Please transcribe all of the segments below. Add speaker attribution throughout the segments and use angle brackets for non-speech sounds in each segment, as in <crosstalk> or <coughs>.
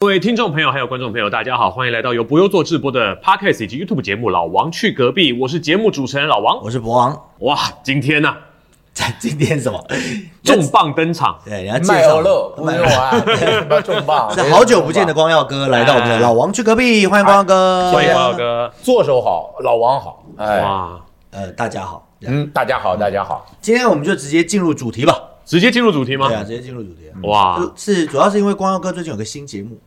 Speaker 1: 各位听众朋友，还有观众朋友，大家好，欢迎来到由博优做直播的 Podcast 以及 YouTube 节目《老王去隔壁》，我是节目主持人老王。
Speaker 2: 我是博王。 <laughs>
Speaker 1: 哇，今天呢、
Speaker 2: 今天是什么？
Speaker 1: <laughs> 重磅登场，
Speaker 2: 对，你要介
Speaker 3: 卖
Speaker 2: 绍
Speaker 3: 欧乐，不是我 <laughs> 啊，不要重磅。
Speaker 2: 是好久不见的光耀哥来到我们的老王去隔壁，欢迎光耀哥，
Speaker 1: 哎欢迎王耀。哥。
Speaker 3: 做手好，老王好，哎，
Speaker 1: 哇，
Speaker 2: 呃，大家好，
Speaker 3: 嗯，大家好，大家 <laughs> 好，
Speaker 2: 今天我们就直接进入主题吧。
Speaker 1: 直接进入主题吗
Speaker 2: 对？啊，直接进入主题。
Speaker 1: 哇，
Speaker 2: 是主要是因为光耀哥最近有个新节目，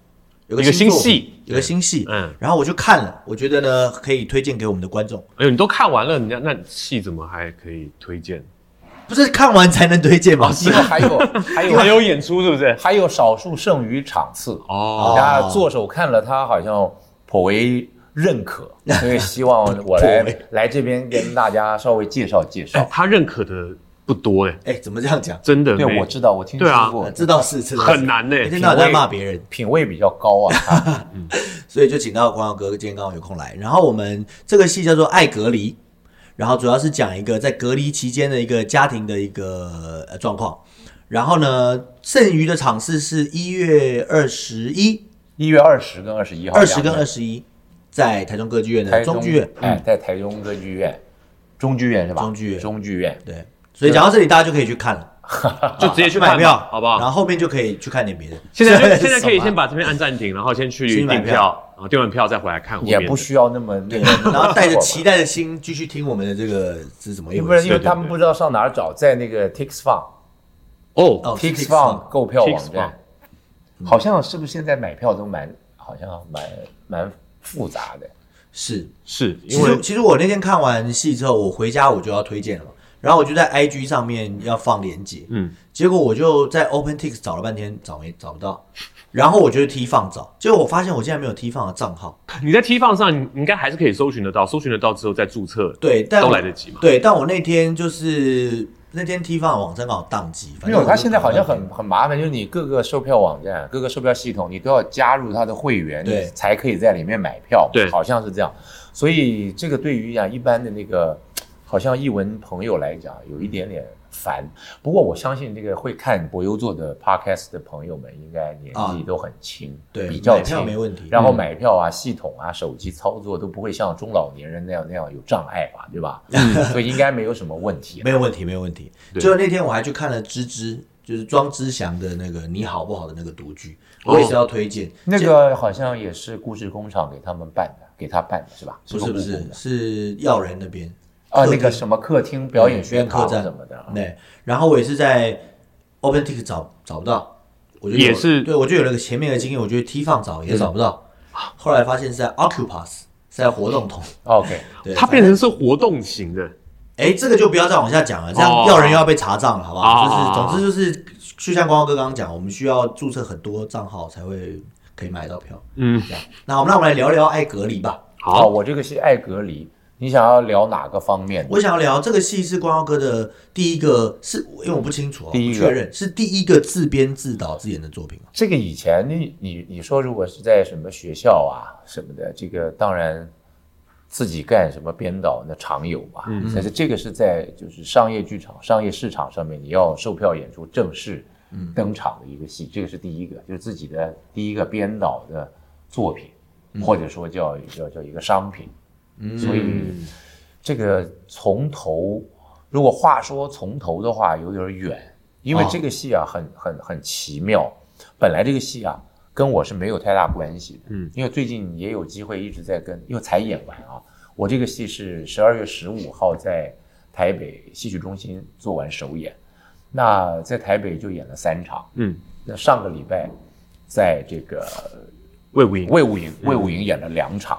Speaker 1: 有
Speaker 2: 有
Speaker 1: 个新
Speaker 2: 作品
Speaker 1: 戏
Speaker 2: 有个新戏，
Speaker 1: 嗯
Speaker 2: 嗯，然后我就看了，我觉得呢可以推荐给我们的观众，
Speaker 1: 哎呦，你都看完了，你那那戏怎么还可以推荐？
Speaker 2: 不是看完才能推荐
Speaker 1: 哦
Speaker 2: 吗？
Speaker 3: 因为
Speaker 1: 啊
Speaker 3: 还有
Speaker 1: <laughs>
Speaker 3: 还
Speaker 1: 还
Speaker 3: 有
Speaker 1: 有演出是不是？
Speaker 3: 还有少数剩余场次，
Speaker 1: 哦，
Speaker 3: 家做手看了他好像颇为认可，所以希望我来
Speaker 2: 颇为
Speaker 3: 来这边跟大家稍微介绍介绍。
Speaker 1: 他认可的不多哎，
Speaker 2: <laughs> 哎，怎么这样讲？
Speaker 1: 真的
Speaker 3: 对，
Speaker 1: 没
Speaker 3: 我知道，我听
Speaker 1: 对啊
Speaker 3: 说过
Speaker 2: 呃，这倒是，这倒是
Speaker 1: 很难呢
Speaker 2: 一天到晚在骂别人。
Speaker 3: 品味比较高啊。啊
Speaker 2: 所以就请到光耀哥今天刚好有空来。然后我们这个戏叫做《爱隔离》，然后主要是讲一个在隔离期间的一个家庭的一个呃状况。然后呢，剩余的场次是一月二十一、
Speaker 3: 一月二十跟二十一号，
Speaker 2: 二十跟二
Speaker 3: 十，
Speaker 2: 十一，在台中歌剧院
Speaker 3: 台
Speaker 2: 的
Speaker 3: 中
Speaker 2: 中剧院。
Speaker 3: 哎，在台中歌剧院，中剧院是吧？
Speaker 2: 中剧院
Speaker 3: 中剧院，
Speaker 2: 对，所以讲到这里，大家就可以去看了，
Speaker 1: 就直接去
Speaker 2: 买
Speaker 1: 看吧
Speaker 2: 票，
Speaker 1: 好不好？
Speaker 2: 然后后面就可以去看点别的。
Speaker 1: 现在就
Speaker 2: 什
Speaker 1: 现
Speaker 2: <laughs> 么
Speaker 1: 在可以先把这边按暂停，然后先去
Speaker 2: 去买
Speaker 1: 订票，然后订完票再回来看后
Speaker 3: 也
Speaker 1: 面的。
Speaker 3: 不需要那么那个，
Speaker 2: 然后
Speaker 1: <laughs>
Speaker 2: 带着期待的心继续听我们的这个是怎么一
Speaker 3: 因为不
Speaker 2: 回
Speaker 3: 是因
Speaker 2: 事
Speaker 3: 为他们不知道上哪儿找，在那个 TixFun
Speaker 1: 哦，
Speaker 2: 哦
Speaker 3: TixFun 购票网
Speaker 1: TixFun
Speaker 3: 站，好像是不是现在买票都蛮好像蛮蛮复杂的。
Speaker 2: 是
Speaker 1: 是
Speaker 2: 其
Speaker 1: 因为
Speaker 2: 实其实我那天看完戏之后，我回家我就要推荐了嘛，然后我就在 IG 上面要放链接，
Speaker 1: 嗯，
Speaker 2: 结果我就在 OpenTix 找了半天，找没找不到，然后我就去 T 放找，结果我发现我竟然没有 T 放的账号，
Speaker 1: 你在 T 放上，你应该还是可以搜寻得到，搜寻得到之后再注册，
Speaker 2: 对，但
Speaker 1: 都
Speaker 2: 我
Speaker 1: 来得及嘛。
Speaker 2: 对，但我那天就是那天 T 放的网站刚好宕机，反正
Speaker 3: 没有，
Speaker 2: 我就
Speaker 3: 他现在好像
Speaker 2: 找不到
Speaker 3: 很很麻烦，就是你各个售票网站、各个售票系统，你都要加入他的会员，
Speaker 2: 对
Speaker 3: 你才可以在里面买票。
Speaker 1: 对
Speaker 3: 好像是这样。所以这个对于啊一般的那个，好像译文朋友来讲，有一点点烦。不过我相信这个会看博优座的 podcast 的朋友们，应该年纪
Speaker 2: 啊
Speaker 3: 都很轻，
Speaker 2: 对
Speaker 3: 比较
Speaker 2: 买票
Speaker 3: 轻
Speaker 2: 没问题
Speaker 3: 然后
Speaker 2: 嗯
Speaker 3: 买票啊、系统啊、手机操作都不会像中老年人那样那样有障碍吧，对
Speaker 2: <laughs>
Speaker 3: 吧？所以应该没有什么问题。
Speaker 2: 嗯没有问题，没有问题。
Speaker 1: 对
Speaker 2: 就是那天我还去看了芝芝，就是庄之祥的那个你好不好的那个独剧，
Speaker 1: 哦
Speaker 2: 我也是要推荐。
Speaker 3: 那个好像也是故事工厂给他们办的，给他办的是吧？
Speaker 2: 不是不
Speaker 3: 个故
Speaker 2: 是
Speaker 3: 宫的
Speaker 2: 是耀人那边
Speaker 3: 啊，
Speaker 2: 客
Speaker 3: 那个
Speaker 2: 厅嗯
Speaker 3: 什么客厅表演学
Speaker 2: 客
Speaker 3: 堂
Speaker 2: 栈
Speaker 3: 什么的啊，
Speaker 2: 对，然后我也是在 OpenTix 找找不到，我就有
Speaker 1: 也是嗯
Speaker 2: 对我就有了个前面的经验，我觉得 T 放找也找不到，后来发现是在 Ocupass 是在活动桶，
Speaker 3: 啊 OK，
Speaker 2: 对，
Speaker 1: 它变成是活动型的，
Speaker 2: 哎，这个就不要再往下讲了，这
Speaker 1: 哦
Speaker 2: 样要人又要被查账了，好不
Speaker 1: 哦
Speaker 2: 好？就是总之就是，就像光光哥刚刚讲，我们需要注册很多账号才会可以买到票，
Speaker 1: 嗯，
Speaker 2: 这样。那好，那我们来聊聊爱隔离吧。
Speaker 3: 好，
Speaker 1: 好，
Speaker 3: 啊我这个是爱隔离，你想要聊哪个方面的？
Speaker 2: 我想要聊这个戏是光耀哥的第一个，是因为我不清楚啊，
Speaker 3: 第一
Speaker 2: 我
Speaker 3: 个
Speaker 2: 不确认是第一个自编自导自演的作品啊。
Speaker 3: 这个以前你你你说如果是在什么学校啊什么的，这个当然自己干什么编导那常有嘛，但是这个是在就是商业剧场、商业市场上面你要售票演出正式登场的一个戏，这个是第一个，就是自己的第一个编导的作品，或者说叫叫叫一个商品，所
Speaker 2: 嗯
Speaker 3: 以
Speaker 1: 嗯
Speaker 3: 这个从头，如果话说从头的话有点远，因为
Speaker 2: 哦
Speaker 3: 这个戏啊很很很奇妙。本来这个戏啊跟我是没有太大关系的，
Speaker 1: 嗯，
Speaker 3: 因为最近也有机会一直在跟，因为才演完啊，我这个戏是十二月十五号在台北戏曲中心做完首演，那在台北就演了三场，
Speaker 1: 嗯，
Speaker 3: 那上个礼拜在这个
Speaker 1: 魏无影，
Speaker 3: 魏武营，嗯魏武营演了两场，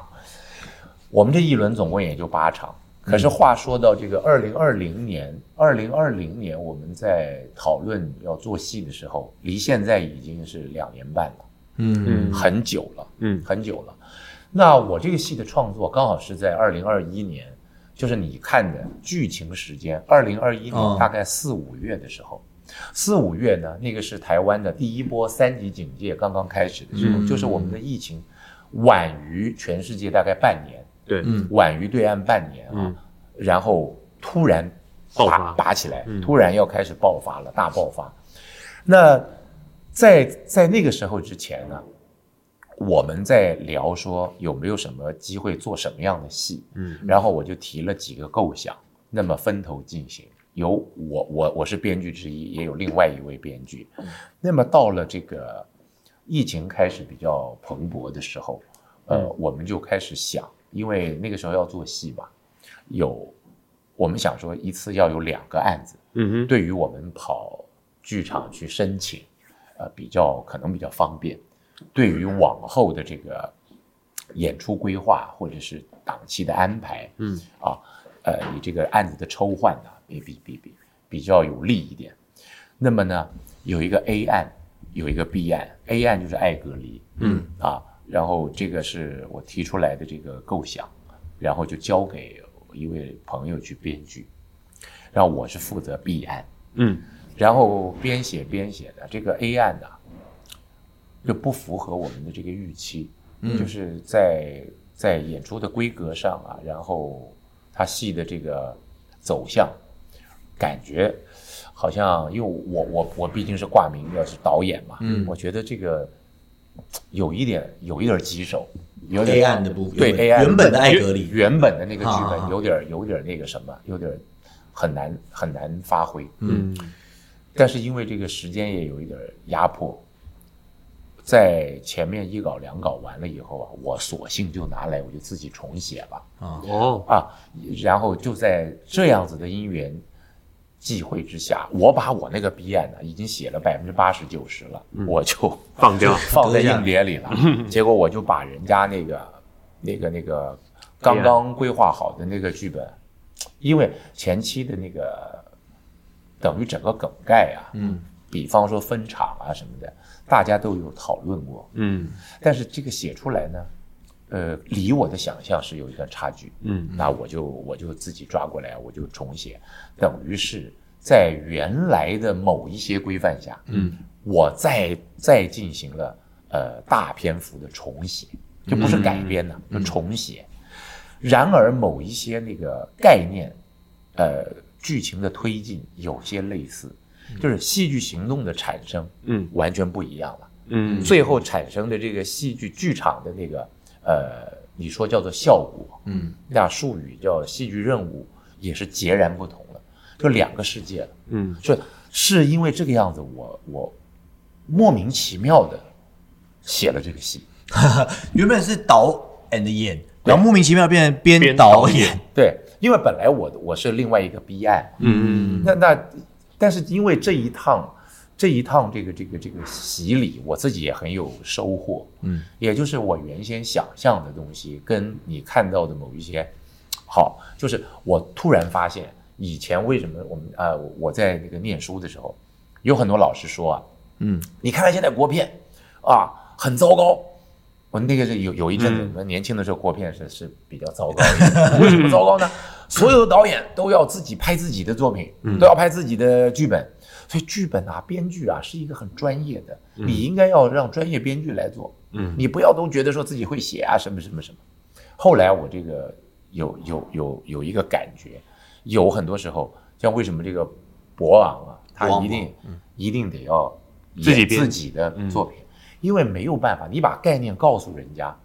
Speaker 3: 我们这一轮总共也就八场。可是话说到这个二零二零年，二零二零年我们在讨论要做戏的时候，离现在已经是两年半了，
Speaker 2: 嗯，
Speaker 3: 很久了，
Speaker 1: 嗯
Speaker 3: 很久了。那我这个戏的创作刚好是在二零二一年，就是你看的剧情时间，二零二一
Speaker 2: 哦
Speaker 3: 年大概四五月的时候。四五月呢，那个是台湾的第一波三级警戒刚刚开始的时候，就是我们的疫情晚于全世界大概半年，
Speaker 1: 对，
Speaker 2: 嗯
Speaker 3: 晚于对岸半年啊，
Speaker 1: 嗯
Speaker 3: 然后突然
Speaker 1: 爆发嗯
Speaker 3: 拔拔起来，突然要开始爆发了，大爆发。那在在那个时候之前呢，我们在聊说有没有什么机会做什么样的戏，
Speaker 1: 嗯，
Speaker 3: 然后我就提了几个构想，那么分头进行。有我我我是编剧之一，也有另外一位编剧。
Speaker 1: 嗯
Speaker 3: 那么到了这个疫情开始比较蓬勃的时候，呃，
Speaker 1: 嗯
Speaker 3: 我们就开始想，因为那个时候要做戏嘛，有我们想说一次要有两个案子，
Speaker 1: 嗯哼，
Speaker 3: 对于我们跑剧场去申请，呃，比较可能比较方便。对于往后的这个演出规划或者是档期的安排，
Speaker 1: 嗯
Speaker 3: 啊，呃，你这个案子的抽换呢、比比比比比较有利一点。那么呢，有一个 A 案，有一个 B 案，A 案就是艾格离，
Speaker 1: 嗯
Speaker 3: 啊，然后这个是我提出来的这个构想，然后就交给一位朋友去编剧，然后我是负责 B 案，
Speaker 1: 嗯
Speaker 3: 然后编写编写的这个 A 案呢、就不符合我们的这个预期，
Speaker 2: 嗯
Speaker 3: 就是在在演出的规格上啊，然后它戏的这个走向，感觉好像因为我我我毕竟是挂名要是导演嘛，
Speaker 2: 嗯
Speaker 3: 我觉得这个有一点有一点棘手，有点
Speaker 2: A 案的部分，
Speaker 3: 对 A 案
Speaker 2: 原本的艾格里，
Speaker 3: 原本的那个剧
Speaker 2: 啊啊啊
Speaker 3: 本有点有点那个什么，有点很难很难发挥，
Speaker 1: 嗯
Speaker 3: 但是因为这个时间也有一点压迫，在前面一稿两稿完了以后啊，我索性就拿来我就自己重写吧
Speaker 2: 啊，
Speaker 1: 哦，
Speaker 3: 啊，然后就在这样子的因缘际会之下，我把我那个 B 案呢已经写了百分之八十九十了，我就
Speaker 1: 嗯放掉
Speaker 3: 放在硬碟
Speaker 1: <laughs>
Speaker 3: 里了，结果我就把人家那个那个那个刚刚规划好的那个剧本，因为前期的那个等于整个梗概啊，
Speaker 2: 嗯，
Speaker 3: 比方说分场啊什么的，大家都有讨论过，
Speaker 1: 嗯
Speaker 3: 但是这个写出来呢，呃，离我的想象是有一段差距。
Speaker 1: 嗯，
Speaker 3: 那我就我就自己抓过来，我就重写，等于是在原来的某一些规范下，嗯，我再再进行了呃大篇幅的重写，就不是改编了，就重写。然而某一些那个概念，呃，剧情的推进有些类似，就是戏剧行动的产生，
Speaker 1: 嗯，
Speaker 3: 完全不一样了。
Speaker 1: 嗯
Speaker 3: 最后产生的这个戏剧剧场的那个呃，你说叫做效果，
Speaker 2: 嗯，
Speaker 3: 那术语叫戏剧任务，也是截然不同了，就两个世界了。
Speaker 1: 嗯
Speaker 3: 是是因为这个样子，我我莫名其妙的写了这个戏，
Speaker 2: 原本是导 and 演，然后莫名其妙变成编导演，
Speaker 3: 对，因为本来我我是另外一个 B 案，
Speaker 1: 嗯
Speaker 3: 那那，但是因为这一趟，这一趟这个这个这个洗礼，我自己也很有收获。
Speaker 2: 嗯，
Speaker 3: 也就是我原先想象的东西，跟你看到的某一些，好，就是我突然发现，以前为什么我们啊、呃我在那个念书的时候，有很多老师说啊，
Speaker 2: 嗯，
Speaker 3: 你看看现在国片啊，很糟糕。我那个是有有一阵
Speaker 2: 嗯
Speaker 3: 子，我们年轻的时候国片是是比较糟糕的。为什么糟糕呢？所有的导演都要自己拍自己的作品，
Speaker 2: 嗯
Speaker 3: 都要拍自己的剧本，所以剧本啊、编剧啊是一个很专业的，
Speaker 2: 嗯
Speaker 3: 你应该要让专业编剧来做。
Speaker 1: 嗯，
Speaker 3: 你不要都觉得说自己会写啊，什么什么什么。后来我这个有有有有一个感觉，有很多时候，像为什么这个博昂啊，他
Speaker 2: 博昂嗯
Speaker 3: 一定一定得要
Speaker 1: 自己
Speaker 3: 演
Speaker 1: 编嗯
Speaker 3: 自己的作品，因为没有办法，你把概念告诉人家，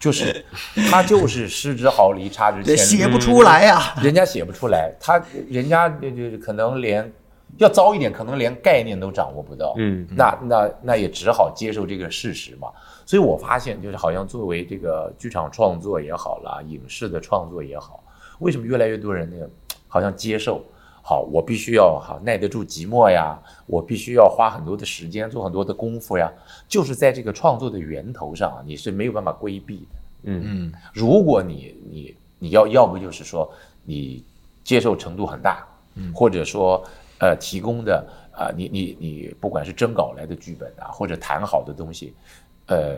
Speaker 3: 就是他就是失之毫厘，差之
Speaker 2: 这
Speaker 3: 千
Speaker 2: 写
Speaker 3: 里，
Speaker 2: 不出来啊，
Speaker 3: 人家写不出来，他人家这这可能连要糟一点，可能连概念都掌握不到。
Speaker 1: 嗯，
Speaker 3: 那那那也只好接受这个事实嘛。所以我发现，就是好像作为这个剧场创作也好啦，影视的创作也好，为什么越来越多人那个好像接受？好，我必须要好耐得住寂寞呀，我必须要花很多的时间，做很多的功夫呀，就是在这个创作的源头上啊，你是没有办法规避的。
Speaker 2: 嗯
Speaker 3: 如果你你你要要不就是说你接受程度很大，或者说呃提供的啊、呃你你你不管是征稿来的剧本啊，或者谈好的东西，呃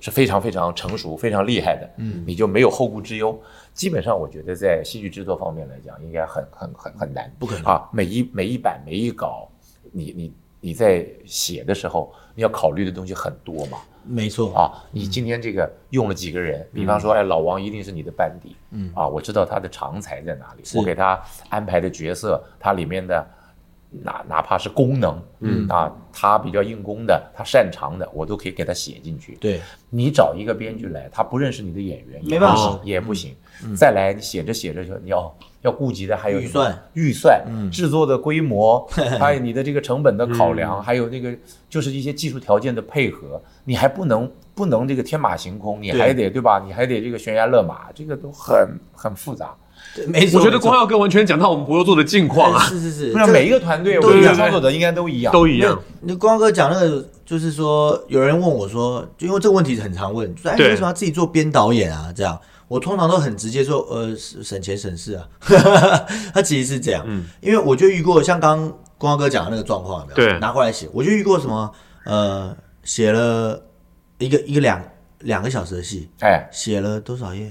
Speaker 3: 是非常非常成熟、非常厉害的，嗯，你就没有后顾之忧。基本上我觉得在戏剧制作方面来讲，应该很很很很难，不可能啊！每一每一版每一稿，你你你在写的时候，你要考虑的东西很多嘛，
Speaker 2: 没错，
Speaker 3: 啊，你今天这个用了几个人？比方说，哎，老王一定是你的班底，嗯啊，我知道他的长才在哪里，我给他安排的角色，他里面的哪哪怕是功能，嗯啊，他比较硬功的，他擅长的，我都可以给他写进去。
Speaker 2: 对，
Speaker 3: 你找一个编剧来，他不认识你的演员，也
Speaker 2: 没办法
Speaker 3: 不行也不行。
Speaker 2: 嗯
Speaker 3: 再来，你写着写着就你要要顾及的还有
Speaker 2: 预
Speaker 3: 什么
Speaker 2: 算、
Speaker 3: 预算、
Speaker 2: 嗯
Speaker 3: 制作的规模，还有你的这个成本的考
Speaker 2: <laughs>
Speaker 3: 量，嗯还有那个就是一些技术条件的配合，你还不能不能这个天马行空，你
Speaker 2: 对
Speaker 3: 还得对吧？你还得这个悬崖勒马，这个都很很复杂。
Speaker 2: 对没错。
Speaker 1: 我觉得
Speaker 2: 没错
Speaker 1: 光耀哥完全讲到我们不用做的近况啊，
Speaker 2: 是是是，
Speaker 3: 不然
Speaker 2: 这个
Speaker 3: 每一个团队，
Speaker 2: 都
Speaker 3: 我
Speaker 1: 一
Speaker 3: 觉得
Speaker 1: 样
Speaker 3: 操作者应该都一样。
Speaker 1: 都一
Speaker 2: 没
Speaker 1: 样
Speaker 2: 有。，你光哥讲那个，就是说有人问我说，就因为这个问题很常问，就说哎，你
Speaker 1: 对
Speaker 2: 为什么要自己做编导演啊？这样，我通常都很直接说，呃，省省钱省事啊。 <laughs> 他其实是这样，
Speaker 1: 嗯
Speaker 2: 因为我就遇过像刚光哥讲的那个状况，有没有？
Speaker 1: 对
Speaker 2: 拿过来写，我就遇过什么，呃，写了一个一个两两个小时的戏，
Speaker 3: 哎，
Speaker 2: 写了多少页？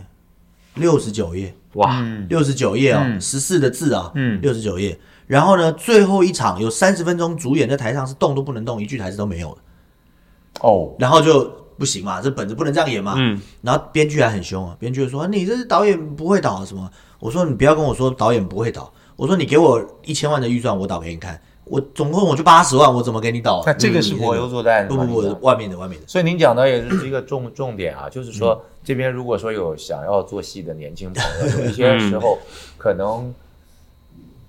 Speaker 2: 六十九页。
Speaker 1: 哇，
Speaker 2: 六十九页哦，十四、的字啊、
Speaker 3: 嗯
Speaker 2: 六十九页。然后呢，最后一场有三十分钟，主演在台上是动都不能动，一句台词都没有的。
Speaker 3: 哦，
Speaker 2: 然后就不行嘛，这本子不能这样演嘛。
Speaker 1: 嗯
Speaker 2: 然后编剧还很凶啊，编剧就说你这是导演不会导啊什么？我说你不要跟我说导演不会导，我说你给我一千万的预算，我导给你看。我总共我就八十万，我怎么给你导啊、
Speaker 3: 那这个是
Speaker 2: 嗯
Speaker 3: 柏油作战，
Speaker 2: 不不
Speaker 3: 是吧
Speaker 2: 不，外面的外面的，
Speaker 3: 所以您讲的也是一个重重点
Speaker 2: 嗯
Speaker 3: 啊，就是说这边如果说有想要做戏的年轻朋友，有一些时
Speaker 2: 嗯
Speaker 3: 候可能，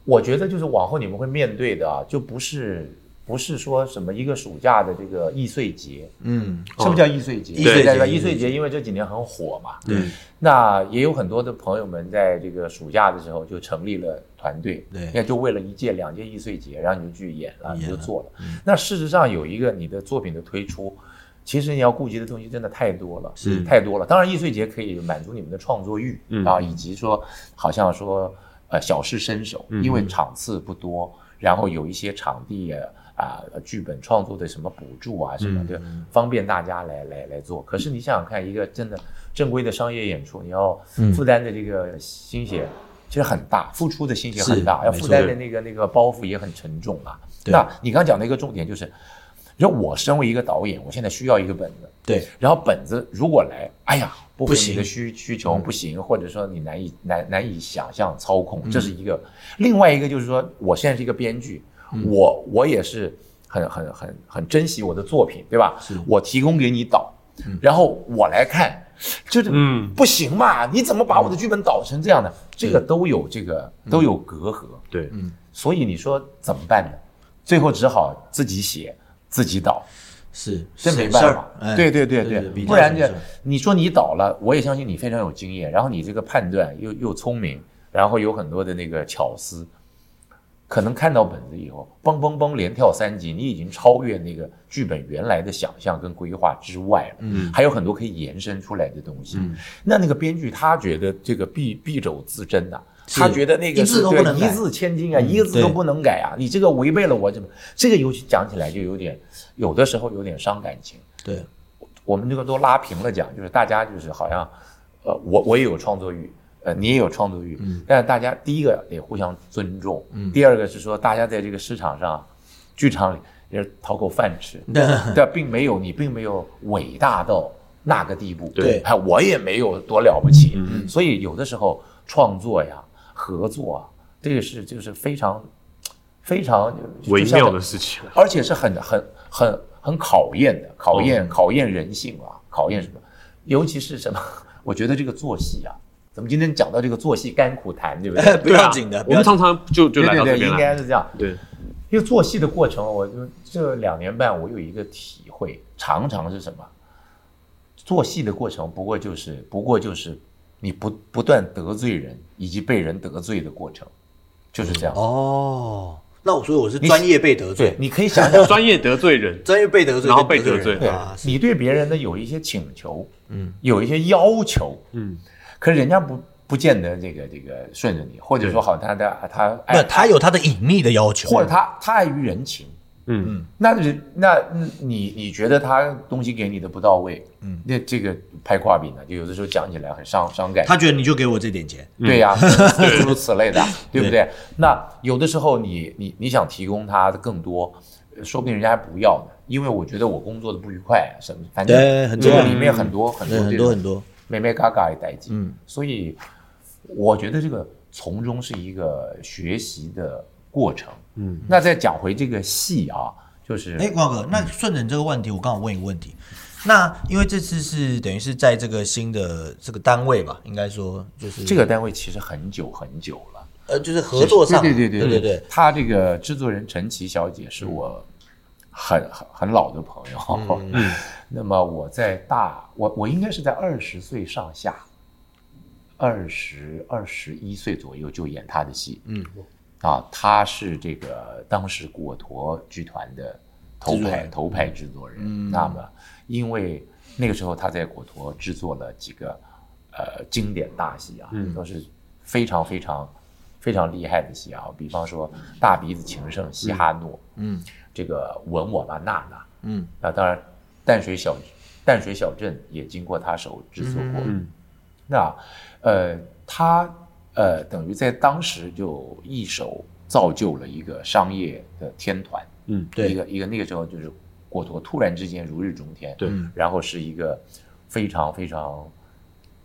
Speaker 3: 我觉得就是往后你们会面对的啊，就不是不是说什么一个暑假的这个易碎节，
Speaker 2: 嗯，
Speaker 3: 是不是叫易碎节？
Speaker 2: 易碎节
Speaker 3: 对吧？
Speaker 2: 易碎节
Speaker 3: 易碎节因为这几年很火嘛，嗯
Speaker 2: 对
Speaker 3: 那也有很多的朋友们在这个暑假的时候就成立了团队，
Speaker 2: 对
Speaker 3: 那就为了一届、两届易碎节，然后你就去演了，
Speaker 2: 演
Speaker 3: 你就
Speaker 2: 了嗯
Speaker 3: 做了。那事实上有一个你的作品的推出，其实你要顾及的东西真的太多了，
Speaker 2: 是嗯
Speaker 3: 太多了。当然易碎节可以满足你们的创作欲、啊，以及说好像说呃小试身手，
Speaker 2: 嗯
Speaker 3: 因为场次不多，然后有一些场地啊。啊，剧本创作的什么补助啊，什
Speaker 2: 嗯
Speaker 3: 么的，方便大家来来来做。可是你想想看，一个真的正规的商业演出，你要
Speaker 2: 嗯
Speaker 3: 负担的这个心血其实很大，付出的心血很大，
Speaker 2: 是
Speaker 3: 要
Speaker 2: 没
Speaker 3: 负
Speaker 2: 错
Speaker 3: 担的那个那个包袱也很沉重啊。
Speaker 2: 对
Speaker 3: 那你刚讲的一个重点就是，你说我身为一个导演，我现在需要一个本子，
Speaker 2: 对
Speaker 3: 然后本子如果来，哎呀，不符
Speaker 2: 不
Speaker 3: 合
Speaker 2: 行
Speaker 3: 你的需需求不行，或者说你难以难难以想象操控，这是一个。另外一个就是说，我现在是一个编剧，我我也是很很很很珍惜我的作品，对吧？我提供给你导，然后我来看，就是
Speaker 1: 嗯
Speaker 3: 不行嘛，你怎么把我的剧本导成这样的？这个都有这个都有隔阂，
Speaker 1: 嗯
Speaker 3: 嗯
Speaker 1: 对，
Speaker 3: 所以你说怎么办呢？最后只好自己写自己导。
Speaker 2: 是
Speaker 3: 真
Speaker 2: 省事
Speaker 3: 没办
Speaker 2: 儿
Speaker 3: 法，
Speaker 2: 哎
Speaker 3: 对对对
Speaker 2: 对对比
Speaker 3: 对，
Speaker 2: 较
Speaker 3: 不然
Speaker 2: 省
Speaker 3: 这
Speaker 2: 事儿
Speaker 3: 你说你倒了，我也相信你非常有经验，然后你这个判断又又聪明，然后有很多的那个巧思，可能看到本子以后，嘣嘣嘣连跳三级，你已经超越那个剧本原来的想象跟规划之外了，嗯，还有很多可以延伸出来的东西。
Speaker 2: 嗯
Speaker 3: 那那个编剧他觉得这个敝敝帚自珍呐、他觉得那个
Speaker 2: 一
Speaker 3: 是
Speaker 2: 字都
Speaker 3: 对
Speaker 2: 不能
Speaker 3: 一
Speaker 2: 改
Speaker 3: 字千金啊，一个字
Speaker 2: 对
Speaker 3: 都不能改啊，你这个违背了我怎么？这个尤其讲起来就有点，有的时候有点伤感情。
Speaker 2: 对
Speaker 3: 我们这个都拉平了讲，就是大家就是好像，呃，我我也有创作欲，呃，你也有创作欲，但是大家第一个得互相尊重，第二个是说大家在这个市场上，剧场里也是讨口饭吃，
Speaker 1: 嗯
Speaker 3: 但并没有你并没有伟大到那个地步，
Speaker 2: 对
Speaker 3: 哎，我也没有多了不起，
Speaker 1: 嗯
Speaker 3: 所以有的时候创作呀、合作啊，这个是就是非常非常就
Speaker 1: 微
Speaker 3: 就像
Speaker 1: 妙的事情，
Speaker 3: 而且是很很很很考验的，考验、
Speaker 1: 嗯
Speaker 3: 考验人性啊，考验什么？尤其是什么？ <laughs> 我觉得这个做戏啊，咱们今天讲到这个做戏甘苦谈，对不
Speaker 2: <laughs>
Speaker 3: 对？
Speaker 2: 不
Speaker 1: 对啊
Speaker 2: 要紧的，不
Speaker 1: 我
Speaker 2: 要
Speaker 1: 们常
Speaker 2: 紧
Speaker 1: 常就 <laughs> 就
Speaker 3: 对
Speaker 1: 来到这
Speaker 3: 对对，
Speaker 1: 边
Speaker 3: 应
Speaker 1: 了，
Speaker 3: 该是这样。
Speaker 1: 对，
Speaker 3: 因为做戏的过程，我就这两年半，我有一个体会，常常是什么？做戏的过程，不过就是不过就是你不不断得罪人以及被人得罪的过程，就是这样。
Speaker 2: 哦。那我所以我是专业被得罪
Speaker 3: 对，，你可以想想，
Speaker 1: 专业得罪人，
Speaker 2: 专业被得罪，
Speaker 1: 然后被
Speaker 2: 跟
Speaker 1: 得罪
Speaker 2: 人
Speaker 3: 对
Speaker 2: 啊，是
Speaker 3: 你对别人的有一些请求，嗯，有一些要求，嗯，可是人家不不见得这个这个顺着你，或者说好他的他
Speaker 2: 不
Speaker 3: 爱，，
Speaker 2: 他有他的隐秘的要求，
Speaker 3: 或者他他碍于人情，
Speaker 1: 嗯，
Speaker 3: 那人那嗯你你觉得他东西给你的不到位，嗯，那这个拍挂饼呢，就有的时候讲起来很伤伤感，
Speaker 2: 他嗯觉得你就给我这点钱，
Speaker 3: 对呀、 <laughs> 诸如此类的，对不对？那有的时候你你你想提供他更多，呃说不定人家还不要呢，因为我觉得我工作的不愉快，啊什么反正
Speaker 2: 对啊很
Speaker 3: 这
Speaker 2: 重
Speaker 3: 个
Speaker 2: 要
Speaker 3: 里面很多很多
Speaker 2: 对，很
Speaker 3: 这
Speaker 2: 多
Speaker 3: 种
Speaker 2: 很多，
Speaker 3: 妹妹嘎嘎的代际，嗯，所以我觉得这个从中是一个学习的过程。嗯，那再讲回这个戏啊，就是
Speaker 2: 哎，光哥，那顺着你这个问题，我刚好问一个问题。那因为这次是等于是在这个新的这个单位吧，应该说就是
Speaker 3: 这个单位其实很久很久了。
Speaker 2: 呃，就是合作上，
Speaker 3: 对对
Speaker 2: 对
Speaker 3: 对
Speaker 2: 对
Speaker 3: 对，她这个制作人陈琦小姐是我很很很老的朋友，嗯， <laughs> 那么我在大我我应该是在二十岁上下，二十二十一岁左右就演她的戏，嗯，啊，她是这个当时果陀剧团的头
Speaker 2: 制作
Speaker 3: 牌
Speaker 2: 人嗯
Speaker 3: 头牌制作人，那么因为那个时候她在果陀制作了几个呃经典大戏啊，
Speaker 2: 嗯
Speaker 3: 都是非常非常。非常厉害的戏啊，比方说《大鼻子情圣》《西哈诺》，
Speaker 2: 嗯，
Speaker 3: 这个《吻我吧，娜娜》，
Speaker 2: 嗯，
Speaker 3: 那当然，淡水小淡水小镇也经过他手制作过。
Speaker 1: 嗯
Speaker 3: 那呃，他呃等于在当时就一手造就了一个商业的天团，
Speaker 1: 嗯，
Speaker 2: 对
Speaker 3: 一个一个那个时候就是果陀突然之间如日中天，
Speaker 1: 对
Speaker 2: 嗯
Speaker 3: 然后是一个非常非常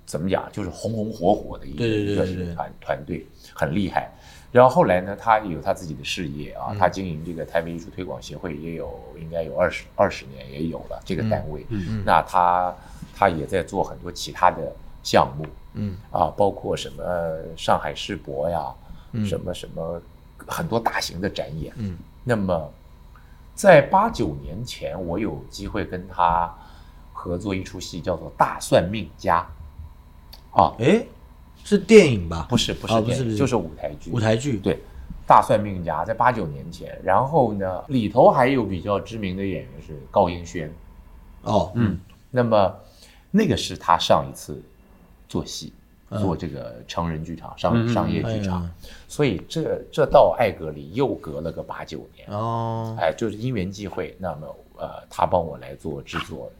Speaker 3: 怎么讲，就是红红火火的一个
Speaker 2: 对对对对
Speaker 3: 一个
Speaker 2: 对
Speaker 3: 团团队，很厉害。然后后来呢，他也有他自己的事业啊，
Speaker 2: 嗯
Speaker 3: 他经营这个台北艺术推广协会也有应该有二十二十年也有了这个单位。
Speaker 1: 嗯
Speaker 2: 嗯
Speaker 3: 那他他也在做很多其他的项目，
Speaker 2: 嗯
Speaker 3: 啊，包括什么上海世博呀，
Speaker 2: 嗯
Speaker 3: 什么什么很多大型的展演。
Speaker 2: 嗯
Speaker 3: 那么，在八九年前，我有机会跟他合作一出戏，叫做《大算命家》啊，
Speaker 2: 哎，是电影吧？
Speaker 3: 不是不
Speaker 2: 啊
Speaker 3: 是
Speaker 2: 不
Speaker 3: 电
Speaker 2: 是
Speaker 3: 影，
Speaker 2: 不是
Speaker 3: 就是舞台剧。
Speaker 2: 舞台剧，
Speaker 3: 对，《大算命家》在八九年前，然后呢，里头还有比较知名的演员是高英轩。
Speaker 2: 哦，嗯
Speaker 3: 那么，那个是他上一次做戏，
Speaker 2: 嗯
Speaker 3: 做这个成人剧场、商商业剧
Speaker 2: 哎
Speaker 3: 场
Speaker 2: 呀，
Speaker 3: 所以这这到艾格里又隔了个八九年。
Speaker 2: 哦，
Speaker 3: 哎，就是因缘际会，那么呃，他帮我来做制作，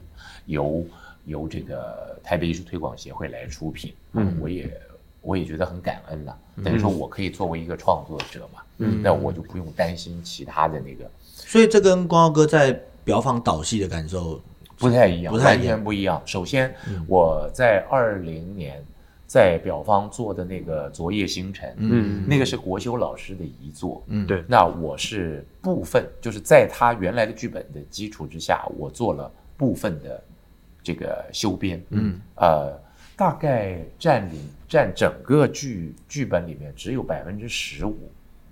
Speaker 3: 由由这个台北艺术推广协会来出品，嗯，我也我也觉得很感恩呐、
Speaker 2: 嗯
Speaker 3: 等于说我可以作为一个创作者嘛，嗯，那我就不用担心其他的那个
Speaker 2: 所以这跟光耀哥在表坊导戏的感受，
Speaker 3: 不太一样，
Speaker 2: 不太一样嗯
Speaker 3: 完全不一样。首先，我在二零年在表方做的那个《昨夜星辰》，
Speaker 1: 嗯
Speaker 3: 那个是国修老师的遗作，嗯
Speaker 1: 对
Speaker 3: 那我是部分，就是在他原来的剧本的基础之下，我做了部分的这个修编，嗯，呃，大概占领占整个剧剧本里面只有百分之十五，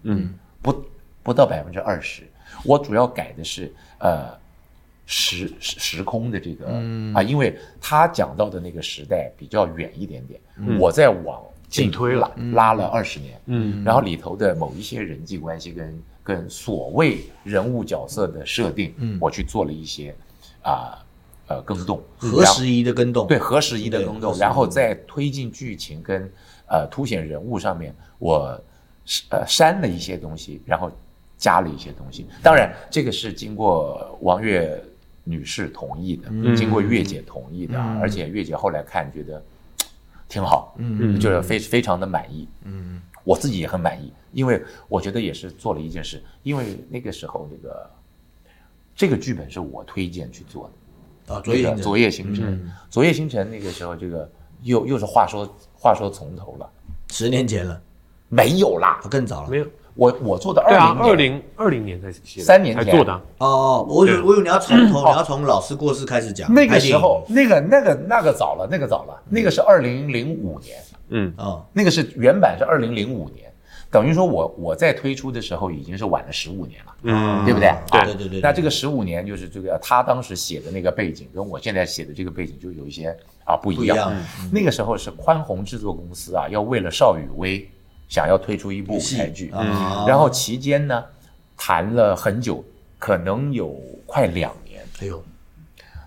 Speaker 1: 嗯
Speaker 3: 不不到百分之二十。我主要改的是呃时时时空的这个、
Speaker 1: 嗯
Speaker 3: 啊，因为他讲到的那个时代比较远一点点，我再往
Speaker 1: 嗯进推
Speaker 3: 拉
Speaker 1: 了
Speaker 3: 拉了二十年，
Speaker 1: 嗯，
Speaker 3: 然后里头的某一些人际关系跟跟所谓人物角色的设定，嗯，我去做了一些啊呃更动，
Speaker 2: 合
Speaker 3: 然后
Speaker 2: 时宜的跟动，
Speaker 3: 对，合时宜的
Speaker 2: 对
Speaker 3: 更
Speaker 2: 合时
Speaker 3: 动，
Speaker 2: 宜
Speaker 3: 然后在推进剧情跟呃凸显人物上面，我是呃删了一些东西，然后加了一些东西。当然，这个是经过王悦女士同意的，经过月姐同意的啊，而且月姐后来看觉得嘖挺好，嗯，就是非非常的满意，嗯，我自己也很满意，因为我觉得也是做了一件事，因为那个时候这个这个剧本是我推荐去做的。
Speaker 2: 啊，昨
Speaker 3: 那个
Speaker 2: 夜
Speaker 3: 《昨夜星辰》昨夜星辰》那个时候，这个又又是话说话说从头了，
Speaker 2: 十年前了，
Speaker 3: 没有啦
Speaker 2: 啊，。更早了
Speaker 1: 没。有，
Speaker 3: 我我做的
Speaker 1: 对啊，
Speaker 3: 二
Speaker 1: 二
Speaker 3: 零
Speaker 1: 零二零年才写的，
Speaker 3: 三年
Speaker 1: 才
Speaker 3: 前
Speaker 1: 做的啊，
Speaker 2: 哦，我以为
Speaker 1: 对
Speaker 2: 我以为你要从
Speaker 3: <coughs>
Speaker 2: 头，你要从老师过世开始讲。
Speaker 3: 那个
Speaker 2: 拍电
Speaker 3: 时
Speaker 2: 影
Speaker 3: 候，，那个那个那个早了，那个早了，那个是二零零五年，
Speaker 1: 嗯
Speaker 2: 哦，
Speaker 3: 那个是原版是二零零五年，等于说我我在推出的时候已经是晚了十五年了。
Speaker 1: 嗯
Speaker 3: 对不对
Speaker 2: 啊
Speaker 1: 对
Speaker 2: 对对对。
Speaker 3: 那这个十五年就是这个他当时写的那个背景，跟我现在写的这个背景就有一些啊不
Speaker 2: 不
Speaker 3: 一
Speaker 2: 一
Speaker 3: 样。
Speaker 2: 样
Speaker 3: 那个时候是宽宏制作公司啊，要为了邵雨薇想要推出一部舞台剧，嗯
Speaker 2: 啊，
Speaker 3: 然后期间呢谈了很久，可能有快两年，
Speaker 2: 哎呦，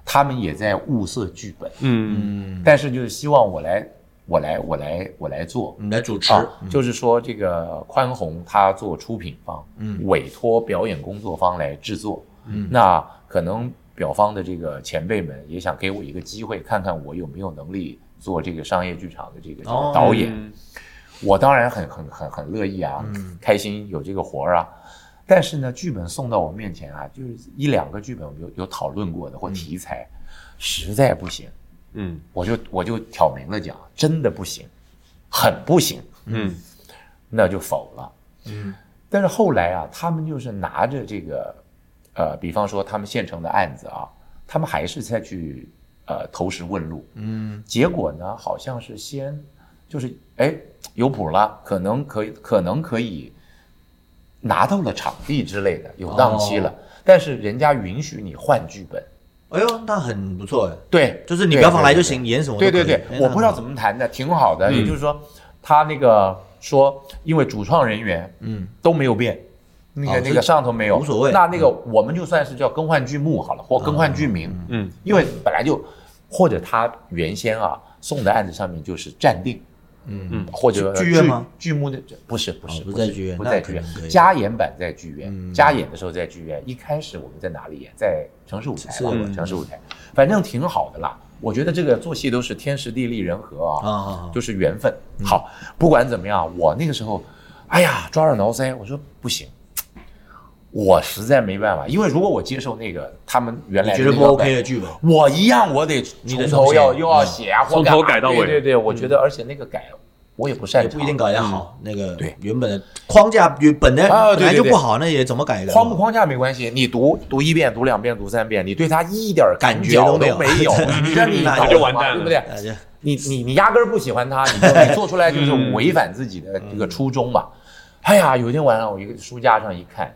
Speaker 3: 他们也在物色剧本，
Speaker 1: 嗯
Speaker 3: 但是就是希望我来，我来，我来，我来做。
Speaker 2: 你来主持，
Speaker 3: 啊，就是说这个宽宏他做出品方，嗯，委托表演工作方来制作，嗯，那可能表方的这个前辈们也想给我一个机会，看看我有没有能力做这个商业剧场的这个这
Speaker 2: 哦
Speaker 3: 个导演。
Speaker 1: 嗯
Speaker 3: 我当然很很很很乐意啊，开心有这个活儿啊。但是呢，剧本送到我面前啊，就是一两个剧本有有讨论过的或题材，实在不行，
Speaker 1: 嗯
Speaker 3: 我就我就挑明了讲，真的不行，很不行。
Speaker 1: 嗯
Speaker 3: 那就否了。嗯，但是后来啊，他们就是拿着这个，呃，比方说他们现成的案子啊，他们还是再去呃投石问路，嗯，结果呢，好像是先就是哎有谱了，可能可以，可能可以拿到了场地之类的，有档期
Speaker 2: 哦
Speaker 3: 了，但是人家允许你换剧本，
Speaker 2: 哎呦，那很不错哎，
Speaker 3: 对，
Speaker 2: 就是你不要
Speaker 3: 对
Speaker 2: 放来
Speaker 3: 对
Speaker 2: 就
Speaker 3: 对
Speaker 2: 行，你演什么都
Speaker 3: 对对
Speaker 2: 可以嗯
Speaker 3: 对
Speaker 2: 哎，
Speaker 3: 我
Speaker 2: 那
Speaker 3: 不知道
Speaker 2: 很
Speaker 3: 怎么谈的，挺好的。也就是说，他那个说，因为主创人员嗯都没有变，那
Speaker 2: 哦
Speaker 3: 个那个上头没有，
Speaker 2: 无所谓嗯啊
Speaker 3: 那那个我们就算是叫更换剧目好了，或更换剧名，
Speaker 1: 嗯，
Speaker 3: 因为本来就或者他原先啊送的案子上面就是暂定。嗯
Speaker 1: 嗯
Speaker 3: 或者
Speaker 2: 剧剧院吗？
Speaker 3: 剧目的不是不是
Speaker 2: 哦不在剧院
Speaker 3: 不
Speaker 2: 那
Speaker 3: 在
Speaker 2: 可
Speaker 3: 剧院
Speaker 2: 能可以，嗯
Speaker 3: 加演版在剧院，加演的时候在剧院。一开始我们在哪里演？在城市舞台
Speaker 2: 是
Speaker 3: 吧，
Speaker 2: 嗯
Speaker 3: 城市舞台，反正挺好的啦。我觉得这个做戏都是天时地利人和
Speaker 2: 好
Speaker 3: 啊，
Speaker 2: 啊啊啊
Speaker 3: 就是缘分。好，不管怎么样，我那个时候，哎呀，抓耳挠腮，我说不行。我实在没办法，因为如果我接受那个他们原来
Speaker 2: 你觉
Speaker 3: 的
Speaker 2: 得不
Speaker 3: 那个
Speaker 2: OK
Speaker 3: 版
Speaker 2: 的剧本，
Speaker 3: 我一样，我得
Speaker 2: 你得重
Speaker 3: 从头
Speaker 2: 写
Speaker 3: 要又要
Speaker 2: 嗯
Speaker 3: 写啊，或
Speaker 1: 从头
Speaker 3: 干嘛
Speaker 1: 改到尾
Speaker 3: 对对对，我觉得而且那个改我也不擅
Speaker 2: 也
Speaker 3: 长，
Speaker 2: 不一定搞得好。那个
Speaker 3: 嗯对
Speaker 2: 原本的框架原本来
Speaker 3: 啊
Speaker 2: 本来
Speaker 3: 对
Speaker 2: 就
Speaker 3: 对对
Speaker 2: 不好，那也怎么改的？
Speaker 3: 框不框架没关系，你读读一遍、读两遍、读三遍，你对他一点儿
Speaker 2: 感觉
Speaker 3: 脚
Speaker 2: 都
Speaker 3: 都
Speaker 2: 没
Speaker 3: 没
Speaker 2: 有 <laughs>
Speaker 3: 有，你让你
Speaker 2: 那
Speaker 3: 搞
Speaker 1: 就
Speaker 3: 什
Speaker 1: 完
Speaker 3: 么
Speaker 1: 蛋
Speaker 3: 对
Speaker 1: 了
Speaker 3: 不对？
Speaker 2: 哎这
Speaker 3: 你你你压根儿不喜欢他，你就你做出来就是
Speaker 2: 嗯
Speaker 3: 违反自己的这个初衷嘛。哎呀，有一天晚上我一个书架上一看，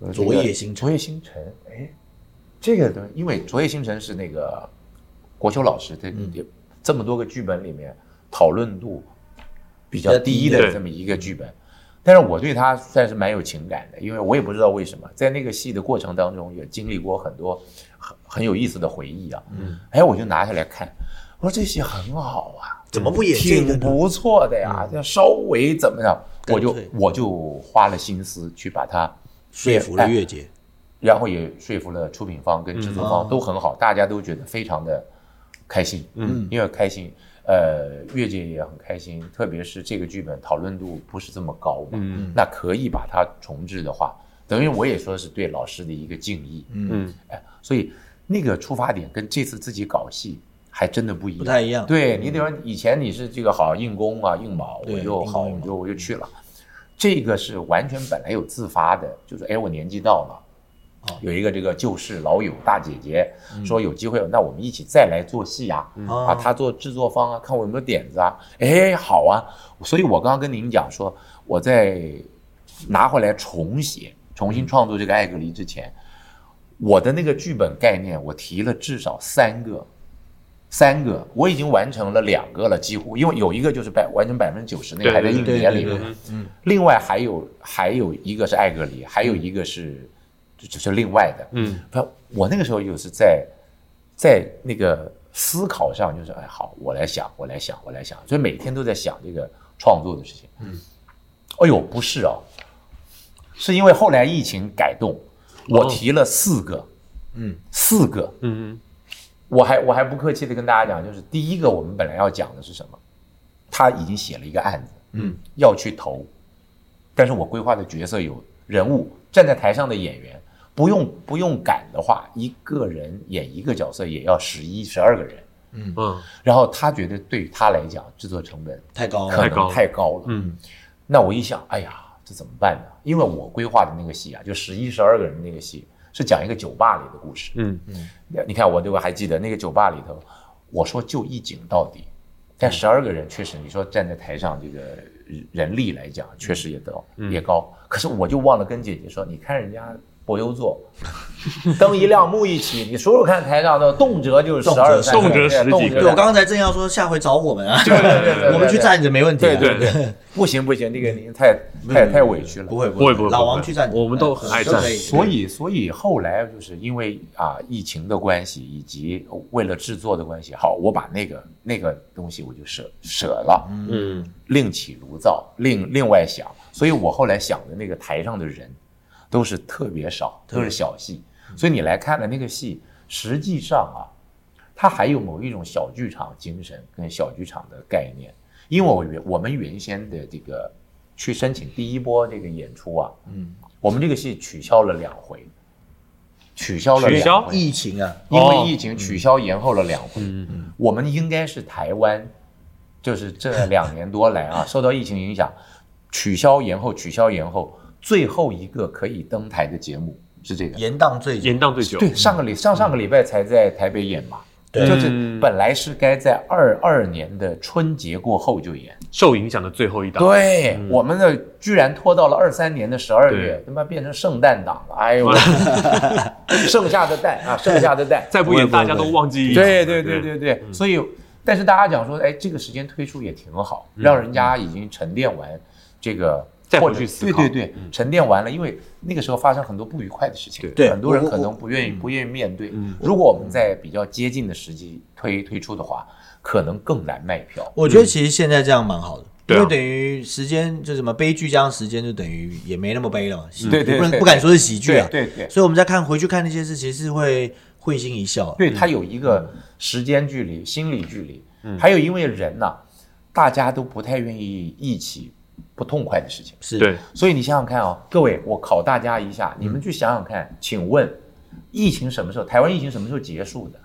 Speaker 3: 呃
Speaker 2: 昨夜星辰
Speaker 3: 昨夜星辰，哎，这个东西，因为昨夜星辰是那个国修老师这
Speaker 2: 嗯
Speaker 3: 这么多个剧本里面讨论度比较低
Speaker 1: 比较低
Speaker 3: 的这么一个剧本。但是我对他算是蛮有情感的，因为我也不知道为什么，在那个戏的过程当中，也经历过很多很很有意思的回忆啊。嗯，哎，我就拿下来看，我说这戏很好啊，
Speaker 2: 怎么不演这个呢？
Speaker 3: 挺不错的呀，就稍微怎么样，
Speaker 2: 嗯干
Speaker 3: 我就
Speaker 2: 脆
Speaker 3: 我就花了心思去把它
Speaker 2: 说服了
Speaker 3: 哎
Speaker 2: 月姐，
Speaker 3: 然后也说服了出品方跟制作
Speaker 2: 嗯
Speaker 3: 方都很好，大家都觉得非常的开心，嗯，因为开心，呃，月姐也很开心，特别是这个剧本讨论度不是这么高嘛，
Speaker 1: 嗯
Speaker 3: 那可以把它重置的话，等于我也说是对老师的一个敬意，嗯，
Speaker 1: 嗯，
Speaker 3: 哎，所以那个出发点跟这次自己搞戏还真的不一样，
Speaker 2: 不太一样
Speaker 3: 对你，比如说以前你是这个好硬攻啊、硬卯，
Speaker 2: 对
Speaker 3: 我就好，
Speaker 2: 硬攻硬
Speaker 3: 我就我就去了。这个是完全本来有自发的，就是哎，我年纪到了。
Speaker 2: 哦
Speaker 3: 有一个这个旧识老友大姐姐
Speaker 2: 嗯
Speaker 3: 说有机会，那我们一起再来做戏啊！啊，她做制作方啊，看我有没有点子啊。哎，好啊！所以我刚刚跟您讲说，我在拿回来重写、重新创作这个《艾格离》之前，我的那个剧本概念，我提了至少三个，三个，我已经完成了两个了，几乎，因为有一个就是百完成百分之九十，那
Speaker 1: 对
Speaker 3: 个还在硬
Speaker 2: 对
Speaker 3: 碟
Speaker 2: 对
Speaker 3: 里
Speaker 2: 对
Speaker 3: 面
Speaker 2: 对。
Speaker 3: 另外还有还有一个是艾格里，还有一个是就就是另外的。
Speaker 1: 嗯，
Speaker 3: 不，我那个时候就是在在那个思考上，就是哎，好，我来想，我来想，我来想，所以每天都在想这个创作的事情。嗯，哎呦，不是哦，是因为后来疫情改动，我提了四个，哦嗯，四个，
Speaker 1: 嗯
Speaker 3: 我还我还不客气的跟大家讲，就是第一个我们本来要讲的是什么？他已经写了一个案子，嗯，要去投，但是我规划的角色有人物站在台上的演员，不用不用赶的话，一个人演一个角色也要十一十二个人。
Speaker 1: 嗯嗯
Speaker 3: 然后他觉得对于他来讲，制作成本
Speaker 2: 太高
Speaker 3: 可
Speaker 1: 太
Speaker 2: 了，
Speaker 1: 高
Speaker 3: 能
Speaker 1: 了
Speaker 3: 哦太高了。
Speaker 1: 嗯，
Speaker 3: 那我一想，哎呀，这怎么办呢？因为我规划的那个戏啊，就十一十二个人那个戏，是讲一个酒吧里的故事。
Speaker 1: 嗯
Speaker 3: 你看我这个还记得那个酒吧里头，我说就一景到底，但十二个人确实，你说站在台上这个人力来
Speaker 1: 嗯
Speaker 3: 讲，确实也高、也高。可是我就忘了跟姐姐说，你看人家柏优座， <laughs> 灯一亮幕一起，你数数看台上的动辄就是
Speaker 2: 动
Speaker 3: 十
Speaker 2: 辄
Speaker 3: 二，
Speaker 1: 动辄十几
Speaker 3: 动
Speaker 1: 个
Speaker 2: 对
Speaker 3: 辄
Speaker 2: 我刚才正要说下回找我们啊，
Speaker 3: 对对对对对
Speaker 2: 我们去站着没问题啊。
Speaker 3: 对对对，不行不行，这个您太太太委屈了，
Speaker 2: 不会
Speaker 1: 不会不会
Speaker 2: 老
Speaker 1: 不
Speaker 2: 王
Speaker 1: 会
Speaker 2: 去站着，
Speaker 1: 我们都很爱
Speaker 2: 都可
Speaker 1: 站
Speaker 2: 以
Speaker 3: 所以，所以后来就是因为啊疫情的关系，以及为了制作的关系，好，我把那个那个东西我就舍舍了，
Speaker 1: 嗯
Speaker 3: 另起炉灶，另另外想。所以我后来想的那个台上的人，都是特别少，都是小戏。所以你来看了那个戏，实际上啊，它还有某一种小剧场精神跟小剧场的概念。因为我原我们原先的这个去申请第一波这个演出啊，嗯，我们这个戏取消了两回，取消了
Speaker 1: 取消
Speaker 3: 两回，
Speaker 2: 疫情啊，
Speaker 3: 因
Speaker 1: 哦
Speaker 3: 为疫情取消延后了两回。
Speaker 1: 嗯 <laughs>
Speaker 3: 我们应该是台湾，就是这两年多来啊，受到疫情影响，取消延后，取消延后，最后一个可以登台的节目是这个。
Speaker 2: 延宕最久
Speaker 1: 延宕最久。
Speaker 3: 对，上个礼上上个礼拜才在台北演嘛，
Speaker 2: 对
Speaker 3: 就是
Speaker 1: 嗯
Speaker 3: 本来是该在二二年的春节过后就演，
Speaker 1: 受影响的最后一档。
Speaker 3: 对，我们呢居然拖到了二三年的十二月
Speaker 1: 对，
Speaker 3: 他妈变成圣诞档了，哎呦，剩下的蛋啊，剩下的蛋，
Speaker 1: 再不
Speaker 2: 不会
Speaker 1: 演，
Speaker 2: 不会
Speaker 1: 大家都忘记。
Speaker 3: 对对对对对，所以但是大家讲说，哎，这个时间推出也挺好，让人家已经沉淀完这个。
Speaker 1: 再回
Speaker 3: 或者
Speaker 1: 去思考
Speaker 3: 对对对，沉淀完了，因为那个时候发生很多不愉快的事情，
Speaker 2: 对
Speaker 3: 很多人
Speaker 2: 我我
Speaker 3: 可能不愿意不愿意面对。如果我们在比较接近的时机推推出的话，可能更难卖票。
Speaker 2: 我觉得其实现在这样蛮好的，
Speaker 1: 对啊
Speaker 2: 因为等于时间就什么悲剧加上时间，就等于也没那么悲了嘛。喜
Speaker 3: 对对
Speaker 2: 不能
Speaker 3: 对
Speaker 2: 不敢说是喜剧啊。
Speaker 3: 对对对
Speaker 2: 所以我们在看回去看那些事，其实是会会心一笑。
Speaker 3: 对，它有一个时间距离、心理距离，还有因为人呐、大家都不太愿意一起不痛快的事情。
Speaker 2: 是，
Speaker 1: 对，
Speaker 3: 所以你想想看啊、各位，嗯我考大家一下，你们去想想看，请问疫情什么时候？台湾疫情什么时候结束的？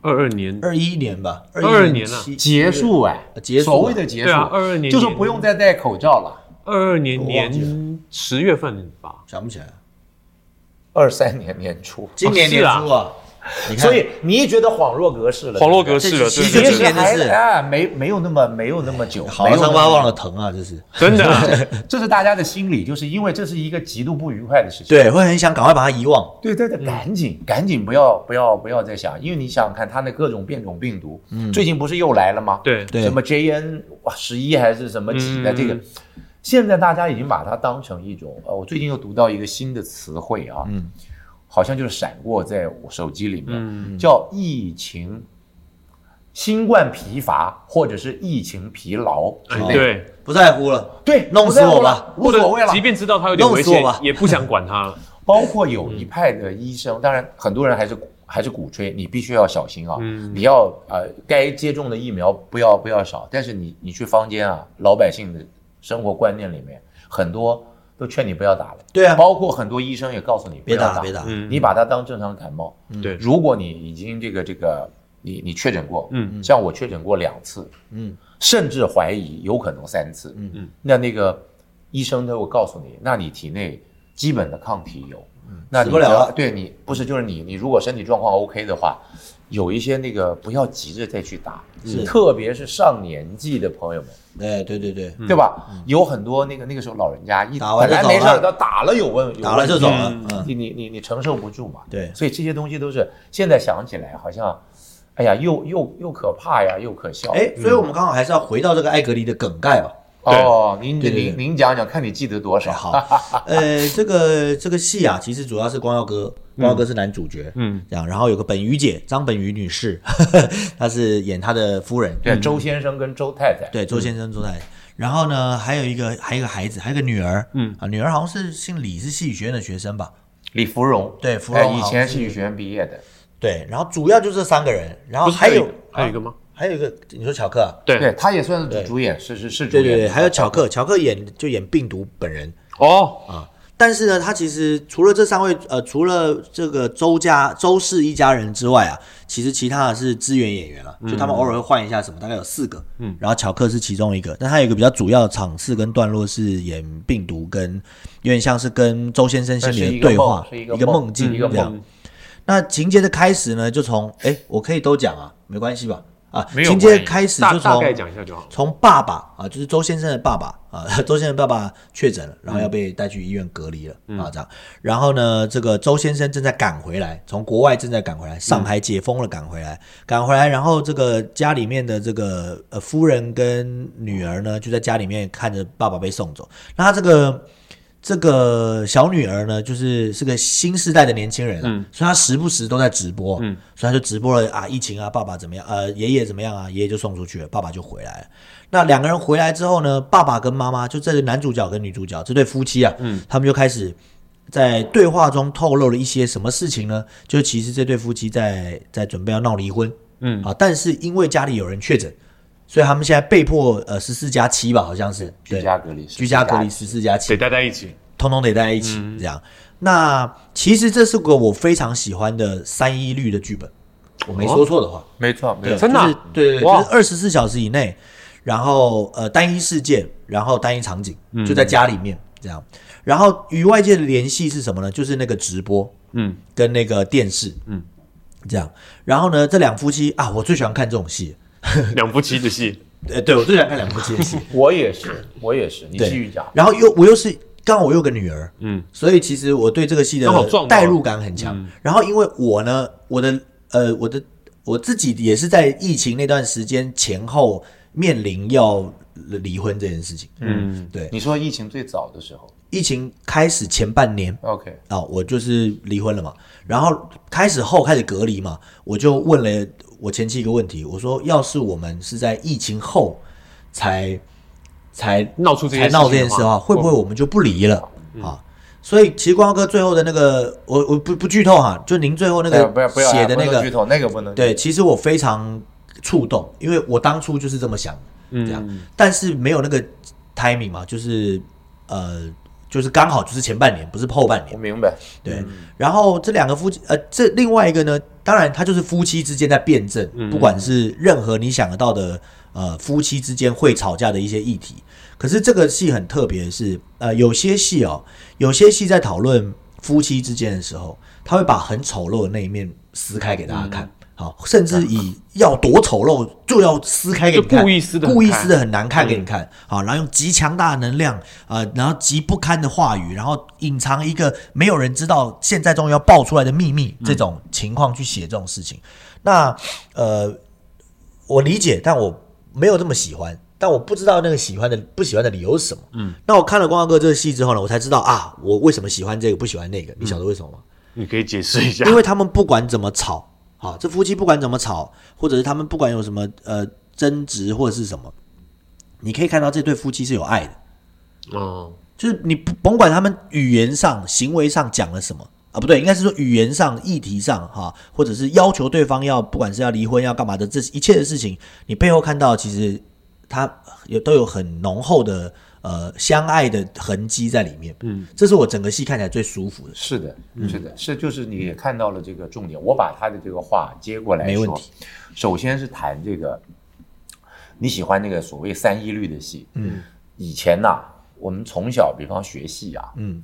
Speaker 1: 二二年
Speaker 2: 二一年吧，
Speaker 1: 22
Speaker 2: 年
Speaker 1: 年啊
Speaker 2: 七
Speaker 3: 结束哎，
Speaker 2: 结束啊
Speaker 3: 所谓的结束，
Speaker 1: 对啊22年
Speaker 3: 就说不用再戴口罩了。
Speaker 1: 二二年
Speaker 2: 我忘记了
Speaker 1: 年十月份吧。
Speaker 2: 想不起来了，
Speaker 3: 二三年年初，
Speaker 2: 今年年
Speaker 1: 是啊
Speaker 2: 初啊，你看
Speaker 3: <laughs> 所以你一觉得恍若隔世了，
Speaker 1: 恍若隔
Speaker 2: 世
Speaker 1: 世
Speaker 2: 了
Speaker 1: 了，
Speaker 2: 这是
Speaker 1: 对
Speaker 2: 对对
Speaker 1: 对
Speaker 3: 其
Speaker 2: 对今
Speaker 3: 实
Speaker 2: 年的
Speaker 3: 还
Speaker 2: 事
Speaker 3: 啊，没没有那么没有那么久，
Speaker 2: 好
Speaker 3: 没有那
Speaker 2: 伤
Speaker 3: 么
Speaker 2: 疤忘了疼啊，这是
Speaker 1: 真的。
Speaker 3: 这是大家的心理，就是因为这是一个极度不愉快的事情。
Speaker 2: 对，会很想赶快把它遗忘。
Speaker 3: 对对对，赶紧赶紧不要不要不要再想，因为你想想看，它那各种变种病毒，最近不是又来了吗？
Speaker 1: 对
Speaker 2: 对
Speaker 3: 什么 JN 哇十一还是什么几的、
Speaker 1: 嗯
Speaker 3: 这个，现在大家已经把它当成一种，呃，我最近又读到一个新的词汇啊，嗯，好像就是闪过在我手机里面，叫疫情。新冠疲乏，或者是疫情疲劳之
Speaker 1: 哎
Speaker 3: 类的，
Speaker 1: 对，
Speaker 2: 不在乎了，
Speaker 3: 对，
Speaker 2: 弄死我吧
Speaker 3: 无所谓了，
Speaker 1: 即便知道他有点危
Speaker 2: 弄
Speaker 1: 险
Speaker 2: 死我吧，
Speaker 1: 也不想管他了。
Speaker 3: 包括有一派的医生，当然很多人还是还是鼓吹你必须要小心啊，你要呃该接种的疫苗不要不要少，但是你你去坊间啊，老百姓的生活观念里面很多都劝你不要打了，
Speaker 2: 对啊
Speaker 3: 包括很多医生也告诉你不
Speaker 2: 别
Speaker 3: 要
Speaker 2: 打
Speaker 3: 哦打，
Speaker 2: 别打，
Speaker 1: 嗯
Speaker 3: 你把它当正常感冒。
Speaker 1: 对，
Speaker 3: 如果你已经这个这个你你确诊过，
Speaker 1: 嗯，
Speaker 3: 像我确诊过两次，
Speaker 2: 嗯，
Speaker 3: 甚至怀疑有可能三次，嗯
Speaker 1: 嗯，
Speaker 3: 那那个医生他会告诉你，那你体内基本的抗体有，那
Speaker 2: 死
Speaker 3: 你
Speaker 2: 不了
Speaker 3: 只要
Speaker 2: 了
Speaker 3: 对你不是就是你你如果身体状况 OK 的话，有一些那个不要急着再去打，
Speaker 2: 是
Speaker 3: 特别是上年纪的朋友们，
Speaker 2: 对对对对，
Speaker 3: 对吧？有很多那个那个时候老人家一
Speaker 2: 打完就
Speaker 3: 本来
Speaker 2: 走
Speaker 3: 没事儿
Speaker 2: 了
Speaker 3: 的，打了有问，有
Speaker 2: 打了
Speaker 3: 问
Speaker 2: 就
Speaker 3: 题
Speaker 2: 走了，
Speaker 1: 嗯
Speaker 2: 嗯，
Speaker 3: 你你你你承受不住嘛。
Speaker 2: 对
Speaker 3: 所以这些东西都是现在想起来好像，哎呀，又又又可怕呀，又可笑。
Speaker 2: 哎，所以我们刚好还是要回到这个艾格里的梗概吧。
Speaker 3: 哦，您
Speaker 2: 对对对嗯
Speaker 3: 您您讲讲，看你记得多少。
Speaker 2: 好，呃，这个这个戏啊，其实主要是光耀哥，光耀哥是男主角，嗯，这样，然后有个本鱼姐张本鱼女士， <laughs> 她是演她的夫人，
Speaker 3: 对，周先生跟周太太，
Speaker 2: 嗯对，周先生周太太。然后呢，还有一个还有一个孩子，还有一个女儿，嗯啊，女儿好像是姓李，是戏剧学院的学生吧？
Speaker 3: 李芙蓉，
Speaker 2: 对芙
Speaker 3: 哎
Speaker 2: 蓉
Speaker 3: 以
Speaker 2: 好嗯
Speaker 3: 前
Speaker 2: 像
Speaker 3: 戏剧学院毕业的，
Speaker 2: 对，然后主要就这三个人，然后
Speaker 1: 不是
Speaker 2: 还有啊
Speaker 1: 还有一个吗？
Speaker 2: 还有一个，你说巧克啊、
Speaker 1: 对
Speaker 3: 对，她也算是主演，是是是主
Speaker 2: 对对
Speaker 3: 演
Speaker 2: 对，
Speaker 3: 的。
Speaker 2: 还有巧克，巧克演就演病毒本人，
Speaker 1: 哦，
Speaker 2: 啊。但是呢，他其实除了这三位，呃，除了这个周家周氏一家人之外啊，其实其他的是支援演员了、啊就他们偶尔会换一下什么，大概有四个，嗯，然后乔克是其中一个，但他有一个比较主要的场次跟段落是演病毒跟有点像是跟周先生心
Speaker 3: 那是
Speaker 2: 里
Speaker 3: 一
Speaker 2: 的
Speaker 3: 个
Speaker 2: 对
Speaker 3: 梦
Speaker 2: 话，，
Speaker 3: 是一
Speaker 2: 个
Speaker 3: 个
Speaker 2: 梦境
Speaker 3: 是一个
Speaker 2: 这样
Speaker 3: 梦。。
Speaker 2: 那情节的开始呢，就从哎，我可以都讲啊，没关系吧？啊，
Speaker 1: 没有
Speaker 2: 情节
Speaker 1: 关系
Speaker 2: 开始
Speaker 1: 大
Speaker 2: 就
Speaker 1: 大
Speaker 2: 从
Speaker 1: 概讲一下就好。
Speaker 2: 从爸爸啊，就是周先生的爸爸啊， <laughs> 周先生爸爸确诊了，然后要被带去医院隔离了、啊，这样。然后呢，这个周先生正在赶回来，从国外正在赶回来，上海解封了，赶回来，赶回来。然后这个家里面的这个呃夫人跟女儿呢，就在家里面看着爸爸被送走。那他这个。这个小女儿呢，就是是个新时代的年轻人啊，所以她时不时都在直播，嗯，所以她就直播了啊，疫情啊，爸爸怎么样，呃，爷爷怎么样啊，爷爷就送出去了，爸爸就回来了。那两个人回来之后呢，爸爸跟妈妈，就这对男主角跟女主角这对夫妻啊，嗯，他们就开始在对话中透露了一些什么事情呢？就其实这对夫妻在在准备要闹离婚，嗯啊，但是因为家里有人确诊，所以他们现在被迫呃十四加七吧，好像是
Speaker 3: 居
Speaker 2: 对
Speaker 3: 家隔离，
Speaker 2: 居家隔离十四加七
Speaker 1: 得，待在一起，
Speaker 2: 通通得在一起、
Speaker 3: 嗯
Speaker 2: 这样。那其实这是个我非常喜欢的三一
Speaker 3: 哦
Speaker 2: 律的剧本，我没说错的话，
Speaker 3: 没错，没
Speaker 2: 对，
Speaker 3: 错。
Speaker 1: 真的啊
Speaker 2: 就是对对对，就
Speaker 1: 哇
Speaker 2: 是二十四小时以内。然后呃单一事件，然后单一场景，
Speaker 1: 嗯
Speaker 2: 就在家里面这样。然后与外界的联系是什么呢？就是那个直播
Speaker 1: 嗯，
Speaker 2: 跟那个电视，
Speaker 1: 嗯，
Speaker 2: 这样。然后呢，这两夫妻啊，我最喜欢看这种戏，
Speaker 1: 两夫妻的戏，
Speaker 2: 呃，对我最喜欢看两夫妻的戏。
Speaker 3: 我也是，我也是。你
Speaker 2: 对
Speaker 3: 继续讲。
Speaker 2: 然后又我又是刚好我有个女儿，
Speaker 1: 嗯，
Speaker 2: 所以其实我对这个戏的
Speaker 1: 刚好撞到嗯
Speaker 2: 代入感很强。然后因为我呢，我的呃，我的我自己也是在疫情那段时间前后面临要离婚这件事情。
Speaker 1: 嗯，
Speaker 2: 对，
Speaker 3: 你说疫情最早的时候
Speaker 2: 疫情开始前半年
Speaker 3: ，OK，
Speaker 2: 啊、我就是离婚了嘛，然后开始后开始隔离嘛，我就问了我前妻一个问题，我说要是我们是在疫情后才才
Speaker 1: 闹出这
Speaker 2: 才
Speaker 1: 件
Speaker 2: 闹这件事的
Speaker 1: 的话嗯
Speaker 2: 话，会不会我们就不离了、啊？所以其实光哥最后的那个，我我不不剧透哈、就您最后那
Speaker 3: 不哎要不
Speaker 2: 个
Speaker 3: 要不要
Speaker 2: 写的那
Speaker 3: 不能剧
Speaker 2: 个，
Speaker 3: 透那个不能剧透
Speaker 2: 对，其实我非常触动，因为我当初就是这么想的，这样，
Speaker 1: 嗯
Speaker 2: 但是没有那个 timing 嘛，就是呃，就是刚好就是前半年，不是后半
Speaker 1: 嗯
Speaker 3: 我
Speaker 2: 年，
Speaker 3: 明白。
Speaker 2: 对。然后这两个夫妻，呃，这另外一个呢，当然他就是夫妻之间在辩证，
Speaker 1: 嗯
Speaker 2: 不管是任何你想得到的，呃，夫妻之间会吵架的一些议题。可是这个戏很特别的是，呃，有些戏哦，有些戏在讨论夫妻之间的时候，他会把很丑陋的那一面撕开给大家
Speaker 1: 嗯
Speaker 2: 看。好，甚至以要多丑陋就要撕开给你看，
Speaker 1: 就故意撕得很
Speaker 2: 故意
Speaker 1: 开
Speaker 2: 撕的很难看给你看。好，然后用极强大的能量，呃，然后极不堪的话语，然后隐藏一个没有人知道现在终于要爆出来的秘密，这种情况去写这种事情。那呃，我理解，但我没有这么喜欢。但我不知道那个喜欢的不喜欢的理由是什么。嗯，那我看了《光耀哥》这个戏之后呢，我才知道啊，我为什么喜欢这个，不喜欢那个。你晓得为什么吗？
Speaker 1: 你可以解释一下
Speaker 2: 因，为他们不管怎么吵，好，这夫妻不管怎么吵，或者是他们不管有什么呃争执或者是什么，你可以看到这对夫妻是有爱的，
Speaker 1: 哦，
Speaker 2: 就是你不甭管他们语言上、行为上讲了什么啊，不对，应该是说语言上、议题上哈、或者是要求对方要不管是要离婚要干嘛的，这一切的事情，你背后看到其实他有都有很浓厚的呃相爱的痕迹在里面，嗯，这是我整个戏看起来最舒服的，
Speaker 3: 是的，
Speaker 2: 嗯
Speaker 3: 是的，是就是你也看到了这个重点。我把他的这个话接过来
Speaker 2: 没问
Speaker 3: 说
Speaker 2: 题，
Speaker 3: 首先是谈这个你喜欢那个所谓三一律的戏。嗯，以前呐、我们从小比方学戏啊，
Speaker 2: 嗯，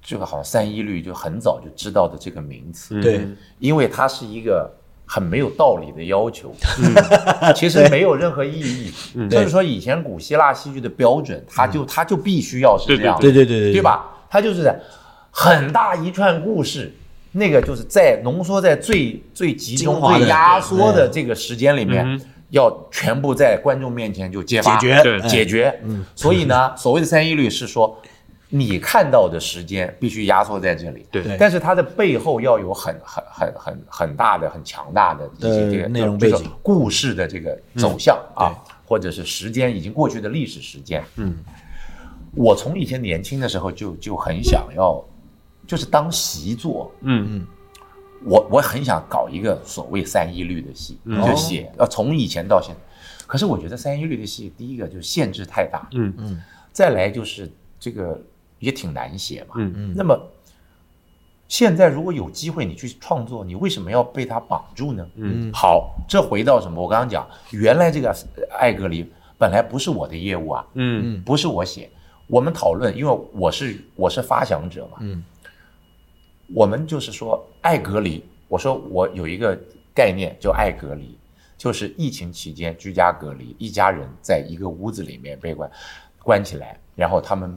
Speaker 3: 这个好像三一律就很早就知道的这个名词。
Speaker 2: 对，
Speaker 3: 因为它是一个很没有道理的
Speaker 2: <laughs>
Speaker 3: 要求，
Speaker 2: 嗯
Speaker 3: <laughs> 其实没有任何意义。就是说，以前古希腊戏剧的标准，它
Speaker 2: 嗯
Speaker 3: 就它就必须要是这样，
Speaker 2: 对对对对对
Speaker 3: 对吧？它就是很大一串故事，那个就是在浓缩在最最集
Speaker 2: 精
Speaker 3: 中、
Speaker 2: 华的嗯
Speaker 3: 最压缩的这个时间里面。要全部在观众面前就揭发、
Speaker 2: 解决嗯
Speaker 1: 对
Speaker 3: 解决。所以呢，所谓的三一律是说，你看到的时间必须压缩在这里。
Speaker 1: 对
Speaker 2: 对
Speaker 3: 但是它的背后要有很很很很很大的、很强大的一些这
Speaker 2: 呃
Speaker 3: 个
Speaker 2: 内容
Speaker 3: 这个
Speaker 2: 背景嗯
Speaker 3: 故事的这个走向啊，或者是时间已经过去的历史时间。嗯，我从以前年轻的时候就就很想要，就是当习作。
Speaker 1: 嗯
Speaker 3: 我我很想搞一个所谓三一律的戏，
Speaker 2: 嗯
Speaker 3: 就
Speaker 2: 哦
Speaker 3: 写呃从以前到现在，可是我觉得三一律的戏，第一个就是限制太大，
Speaker 1: 嗯
Speaker 2: 嗯，
Speaker 3: 再来就是这个也挺难写嘛，
Speaker 1: 嗯
Speaker 3: 嗯，那么现在如果有机会你去创作，你为什么要被它绑住呢？嗯，好，这回到什么？我刚刚讲，原来这个呃艾格里本来不是我的业务啊，
Speaker 1: 嗯
Speaker 3: 不是我写，我们讨论，因为我是我是发想者嘛，嗯，我们就是说爱隔离，我说我有一个概念叫爱隔离，就是疫情期间居家隔离，一家人在一个屋子里面被关关起来，然后他们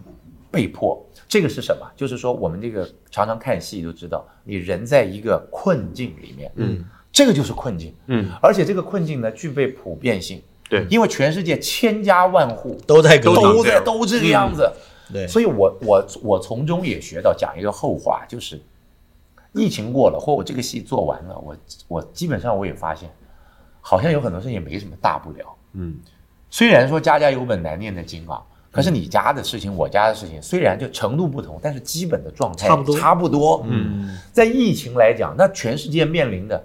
Speaker 3: 被迫，这个是什么？就是说我们这个常常看戏都知道，你人在一个困境里面，嗯，这个就是困境，
Speaker 1: 嗯，
Speaker 3: 而且这个困境呢具备普遍性。
Speaker 1: 对
Speaker 3: 因为全世界千家万户
Speaker 2: 都在隔离
Speaker 3: 都
Speaker 1: 这
Speaker 3: 在
Speaker 1: 样
Speaker 3: 都这个样子。
Speaker 2: 对
Speaker 3: 所以我我我从中也学到讲一个后话，就是疫情过了，或我这个戏做完了，我我基本上我也发现，好像有很多事情也没什么大不了。
Speaker 1: 嗯，
Speaker 3: 虽然说家家有本难念的经啊。可是你家的事情，我家的事情，虽然就程度不同，但是基本的状态
Speaker 2: 差不多
Speaker 3: 差不多，嗯，在疫情来讲，那全世界面临的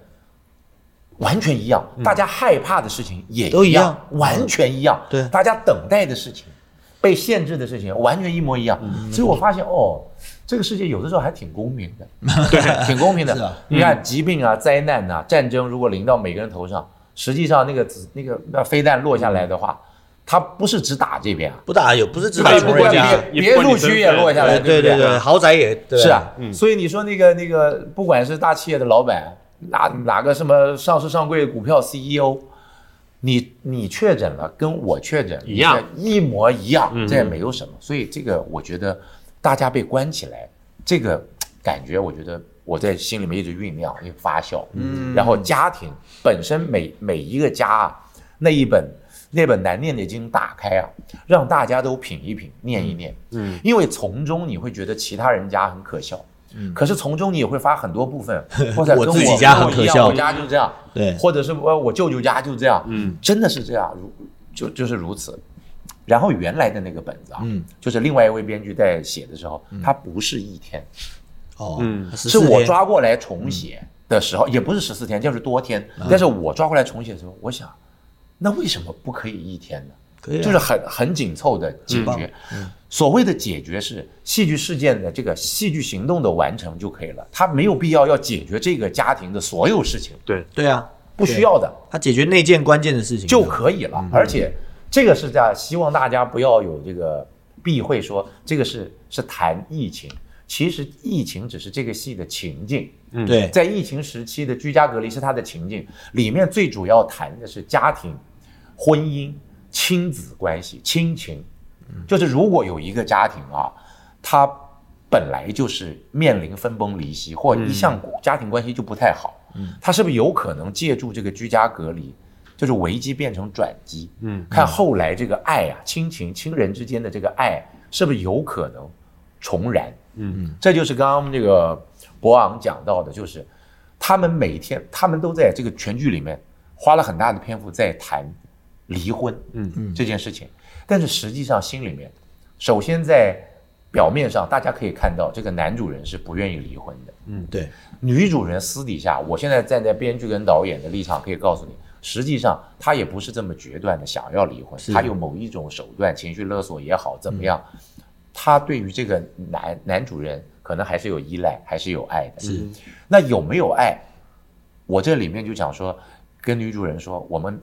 Speaker 3: 完全一样，大家害怕的事情也
Speaker 2: 嗯都一样嗯
Speaker 3: 样，完全一样。
Speaker 2: 对
Speaker 3: 大家等待的事情，被限制的事情，完全一模一样。
Speaker 2: 嗯
Speaker 3: 所以我发现哦，这个世界有的时候还挺公平的，对，挺公平
Speaker 2: 是啊
Speaker 3: 的。你
Speaker 1: 嗯
Speaker 3: 看疾病啊、灾难
Speaker 2: 嗯
Speaker 3: 呐、战争，如果临到每个人头上，实际上那个子那个那飞弹落下来的话，他不是只打这边啊，
Speaker 2: 不打有不是只
Speaker 3: 他
Speaker 2: 打
Speaker 3: 也
Speaker 2: 穷
Speaker 3: 不
Speaker 2: 人
Speaker 3: 管
Speaker 2: 家，
Speaker 3: 别
Speaker 1: 也
Speaker 3: 别
Speaker 1: 不管你嗯
Speaker 3: 录
Speaker 1: 身
Speaker 3: 取也
Speaker 1: 份
Speaker 3: 落下来，
Speaker 2: 对对
Speaker 3: 不
Speaker 2: 对，豪宅也对
Speaker 3: 是啊，所以你说那个那个，不管是大企业的老板，哪哪个什么上市上柜股票 CEO，你你确诊了，跟我确诊
Speaker 1: 一样，
Speaker 3: 一模一样，
Speaker 1: 嗯
Speaker 3: 这也没有什么。所以这个我觉得大家被关起来，这个感觉我觉得我在心里面一直酝酿，一直发酵。嗯，然后家庭本身每每一个家啊，那一本。那本难念的经打开啊，让大家都品一品，念一念。嗯，因为从中你会觉得其他人家很可笑，嗯，可是从中你也会发很多
Speaker 2: <laughs>
Speaker 3: 部分，或者跟
Speaker 2: 我
Speaker 3: 我
Speaker 2: 自己家
Speaker 3: 跟我
Speaker 2: 很可
Speaker 3: 一样
Speaker 2: 笑
Speaker 3: 我家就这样，
Speaker 2: 对
Speaker 3: 或者是呃我我舅舅家就这样，
Speaker 1: 嗯，
Speaker 3: 真的是这样，如就就是如此。然后原来的那个本子啊，嗯，就是另外一位编剧在写的时候，他不是一天，
Speaker 2: 哦，
Speaker 1: 嗯
Speaker 2: 14
Speaker 3: 是我
Speaker 2: 嗯天嗯
Speaker 3: 抓过来重写的时候，也不是十四天，就是多天。但是我抓过来重写的时候，我想，那为什么不可以一天呢？
Speaker 2: 可以啊
Speaker 3: 就是很很紧凑的解
Speaker 2: 棒嗯
Speaker 3: 决。所谓的解决是戏剧事件的这个戏剧行动的完成就可以了，他没有必要要解决这个家庭的所有事情，
Speaker 1: 对，
Speaker 2: 对啊，
Speaker 3: 不需要的
Speaker 2: 他解决那件关键的嗯事情
Speaker 3: 就可以了。而且这个是在希望大家不要有这个避讳说这个是是谈疫情，其实疫情只是这个戏的情境。
Speaker 1: 嗯
Speaker 2: 对
Speaker 3: 在疫情时期的居家隔离是他的情境，里面最主要谈的是家庭、婚姻、亲子关系、亲情。就是如果有一个家庭啊，他本来就是面临分崩离析，或一项家庭关系就不太好，他是不是有可能借助这个居家隔离，就是危机变成转机？
Speaker 1: 嗯，
Speaker 3: 看后来这个爱啊，亲情、亲人之间的这个爱，是不是有可能重燃？
Speaker 1: 嗯，
Speaker 3: 这就是刚刚这个博昂讲到的，就是他们每天，他们都在这个全剧里面花了很大的篇幅在谈离婚，
Speaker 1: 嗯
Speaker 3: 嗯，这件事情，但是实际上心里面，首先在表面上大家可以看到，这个男主人是不愿意离婚的，
Speaker 2: 对，
Speaker 3: 女主人私底下，我现在站在编剧跟导演的立场，可以告诉你，实际上她也不是这么决断的想要离婚，她有某一种手段，情绪勒索也好，怎么样，她对于这个男男主人可能还是有依赖，还是有爱的。是，那有没有爱？我这里面就想说，跟女主人说，我们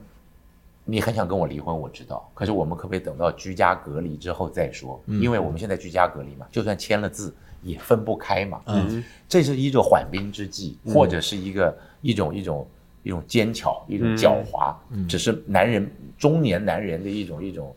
Speaker 3: 你很想跟我离婚，我知道，可是我们可不可以等到居家隔离之后再说？
Speaker 2: 嗯
Speaker 3: 因为我们现在居家隔离嘛，就算签了字也分不开嘛。
Speaker 2: 嗯，
Speaker 3: 这是一种缓兵之计，或者是一个一种一种一种奸巧，一种狡猾，
Speaker 2: 嗯
Speaker 3: 只是男人中年男人的一种一种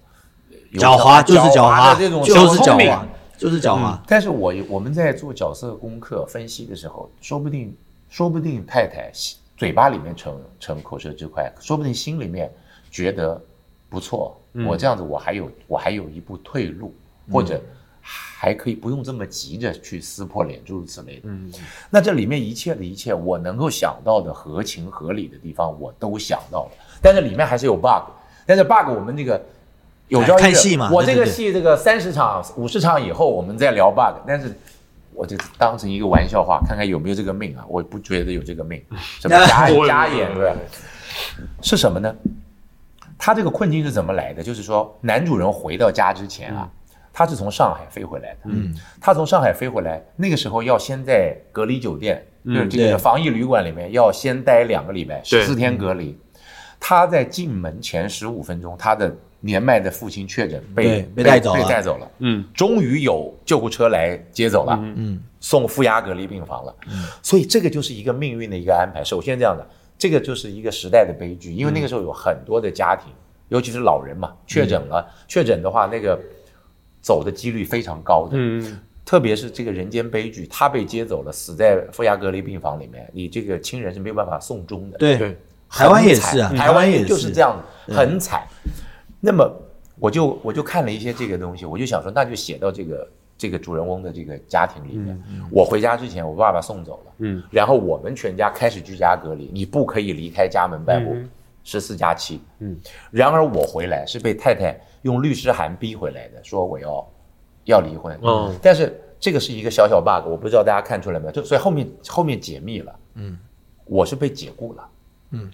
Speaker 3: 呃有
Speaker 2: 狡猾就是
Speaker 3: 狡
Speaker 2: 狡
Speaker 3: 猾的这
Speaker 2: 猾，
Speaker 3: 种
Speaker 2: 就是
Speaker 3: 小
Speaker 2: 狡
Speaker 3: 聪明嗯
Speaker 2: 猾，就是狡猾，
Speaker 3: 但是我我们在做角色功课分析的时候，说不定说不定太太心嘴巴里面逞逞口舌之快，说不定心里面觉得不错，我这样子我还有我还有一步退路，或者还可以不用这么急着去撕破脸，诸如此类的。嗯，那这里面一切的一切，我能够想到的合情合理的地方，我都想到了，但是里面还是有 bug，但是 bug 我们这个。有朝一日
Speaker 2: 哎看戏嘛
Speaker 3: 我
Speaker 2: 对
Speaker 3: 这
Speaker 2: 对
Speaker 3: 个
Speaker 2: 对
Speaker 3: 戏这个三十场、五十场以后，我们再聊 bug。但是，我就当成一个玩笑话，看看有没有这个命啊！我不觉得有这个命，
Speaker 2: <laughs>
Speaker 3: 什么加
Speaker 1: 我
Speaker 3: 加演的，是什么呢？他这个困境是怎么来的？就是说，男主人回到家之前
Speaker 2: 嗯
Speaker 3: 啊，他是从上海飞回来的。嗯，他从上海飞回来，那个时候要先在隔离酒店，
Speaker 2: 嗯
Speaker 3: 就是这
Speaker 2: 对
Speaker 3: 个防疫旅馆里面要先待两个礼拜，
Speaker 1: 对
Speaker 3: 十四天隔离。他在进门前十五分钟，他的年迈的父亲确诊
Speaker 2: 对被
Speaker 3: 被
Speaker 2: 带走了
Speaker 3: 被带走了。
Speaker 1: 嗯，
Speaker 3: 终于有救护车来接走了，嗯，送负压隔离病房了。所以这个就是一个命运的一个安排。首先这样的，这个就是一个时代的悲剧，因为那个时候有很多的家庭，尤其是老人嘛，确诊了，确诊的话，那个走的几率非常高的。
Speaker 1: 嗯，
Speaker 3: 特别是这个人间悲剧，他被接走了，死在负压隔离病房里面，你这个亲人是没有办法送终的。
Speaker 2: 对
Speaker 1: 对，
Speaker 2: 台湾也
Speaker 3: 很惨嗯
Speaker 2: 是啊，
Speaker 3: 台湾
Speaker 2: 也
Speaker 3: 就是嗯这，样的，很惨。那么我就我就看了一些这个东西，我就想说，那就写到这个这个主人翁的这个家庭里面。我回家之前，我爸爸送走了，
Speaker 1: 嗯，
Speaker 3: 然后我们全家开始居家隔离，你不可以离开家门外户，十四加七，
Speaker 1: 嗯。
Speaker 3: 然而我回来是被太太用律师函逼回来的，说我要要离婚，
Speaker 1: 哦
Speaker 3: 但是这个是一个小小 bug，我不知道大家看出来没有，就所以后面后面解密了，嗯，我是被解雇了。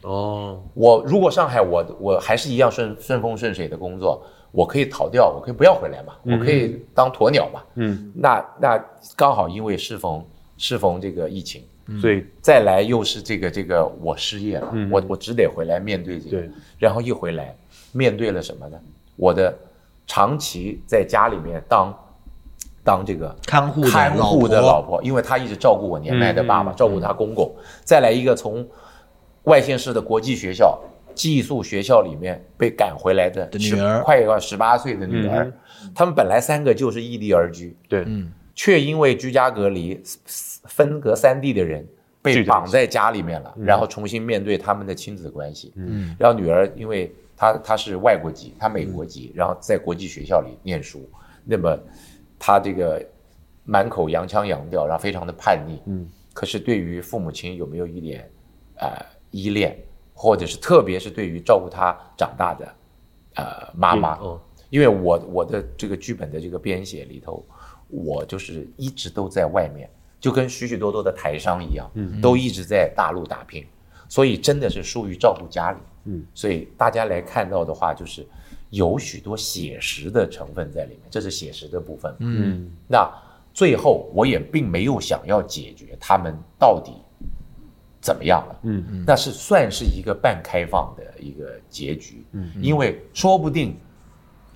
Speaker 1: 哦，
Speaker 3: 我如果上海我我还是一样顺顺风顺水的工作，我可以逃掉，我可以不要回来嘛，我可以当鸵鸟嘛。
Speaker 1: 嗯，
Speaker 3: 那那刚好因为适逢适逢这个疫情，
Speaker 2: 嗯
Speaker 1: 所以
Speaker 3: 再来又是这个这个我失业了，我我只得回来面对这个，
Speaker 1: 对
Speaker 3: 然后一回来面对了什么呢？我的长期在家里面当当这个
Speaker 2: 看护的
Speaker 3: 看
Speaker 2: 老
Speaker 3: 护
Speaker 2: 婆嗯
Speaker 3: 的老婆，因为她一直照顾我年迈的爸爸，照顾他公公。再来一个从外县市的国际学校寄宿学校里面被赶回来的
Speaker 2: 的
Speaker 3: 十
Speaker 2: 女儿嗯
Speaker 3: 快要十八岁的女儿，他们本来三个就是异地而居，
Speaker 1: 对，
Speaker 3: 却因为居家隔离分隔三地的人被
Speaker 1: 聚在一起
Speaker 3: 绑在家里面了，然后重新面对他们的亲子关系。嗯，然后女儿因为她她是外国籍，她美国籍，然后在国际学校里念书，那么她这个满口洋腔洋调，然后非常的叛逆。嗯，可是对于父母亲有没有一点呃依恋，或者是特别是对于照顾她长大的呃妈妈，
Speaker 1: 嗯哦
Speaker 3: 因为我我的这个剧本的这个编写里头，我就是一直都在外面，就跟许许多多的台商一样，都一直在大陆打拼，所以真的是疏于照顾家里，嗯，所以大家来看到的话，就是有许多写实的成分在里面，这是写实的部分，嗯，那最后我也并没有想要解决他们到底怎么样了，嗯，那是算是一个半开放的一个结局，嗯，因为说不定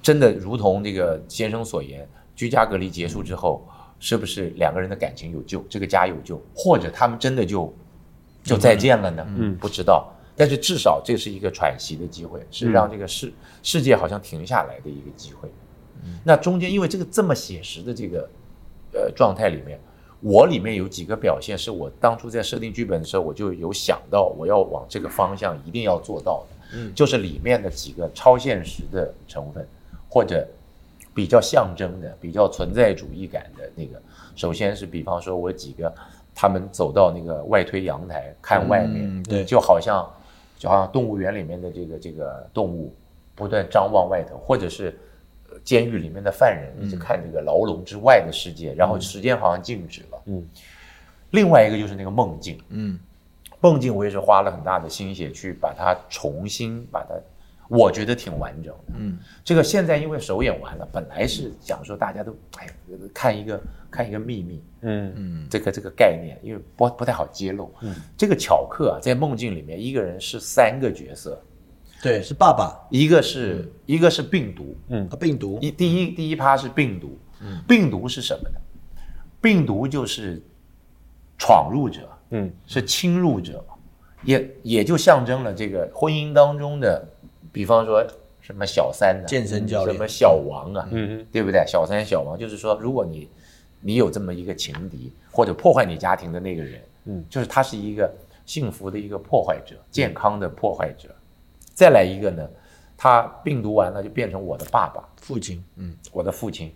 Speaker 3: 真的如同这个先生所言，居家隔离结束之后，是不是两个人的感情有救，这个家有救，或者他们真的就就再见了呢？嗯，不知道。但是至少这是一个喘息的机会，是让这个世世界好像停下来的一个机会。那中间因为这个这么写实的这个呃状态里面，我里面有几个表现是我当初在设定剧本的时候我就有想到我要往这个方向一定要做到的，嗯，就是里面的几个超现实的成分，或者比较象征的、比较存在主义感的那个。首先是比方说我几个他们走到那个外推阳台看外面，
Speaker 2: 嗯对
Speaker 3: 就好像就好像动物园里面的这个这个动物不断张望外头，或者是呃监狱里面的犯人一直看这个牢笼之外的世界，然后时间好像静止了。
Speaker 1: 嗯，
Speaker 3: 另外一个就是那个梦境，
Speaker 2: 嗯，
Speaker 3: 梦境我也是花了很大的心血去把它重新把它，我觉得挺完整的。嗯，这个现在因为首演完了，本来是想说大家都哎看一个看一个秘密，
Speaker 1: 嗯
Speaker 3: 这个这个概念，因为不不太好揭露。嗯，这个巧克啊，在梦境里面，一个人是三个角色，
Speaker 2: 对，是爸爸，
Speaker 3: 一个是、一个是病毒，
Speaker 2: 啊病毒，嗯
Speaker 3: 一第一第一趴是病毒，病毒是什么呢？病毒就是闯入者，
Speaker 1: 嗯，
Speaker 3: 是侵入者，也也就象征了这个婚姻当中的，比方说什么小三呢、
Speaker 2: 健身教练
Speaker 3: 什么小王啊，
Speaker 1: 嗯
Speaker 3: 对不对？小三小王就是说，如果你你有这么一个情敌或者破坏你家庭的那个人，
Speaker 1: 嗯，
Speaker 3: 就是他是一个幸福的一个破坏者，健康的破坏者。再来一个呢，他病毒完了就变成我的爸爸，
Speaker 2: 父亲，
Speaker 3: 嗯，我的父亲，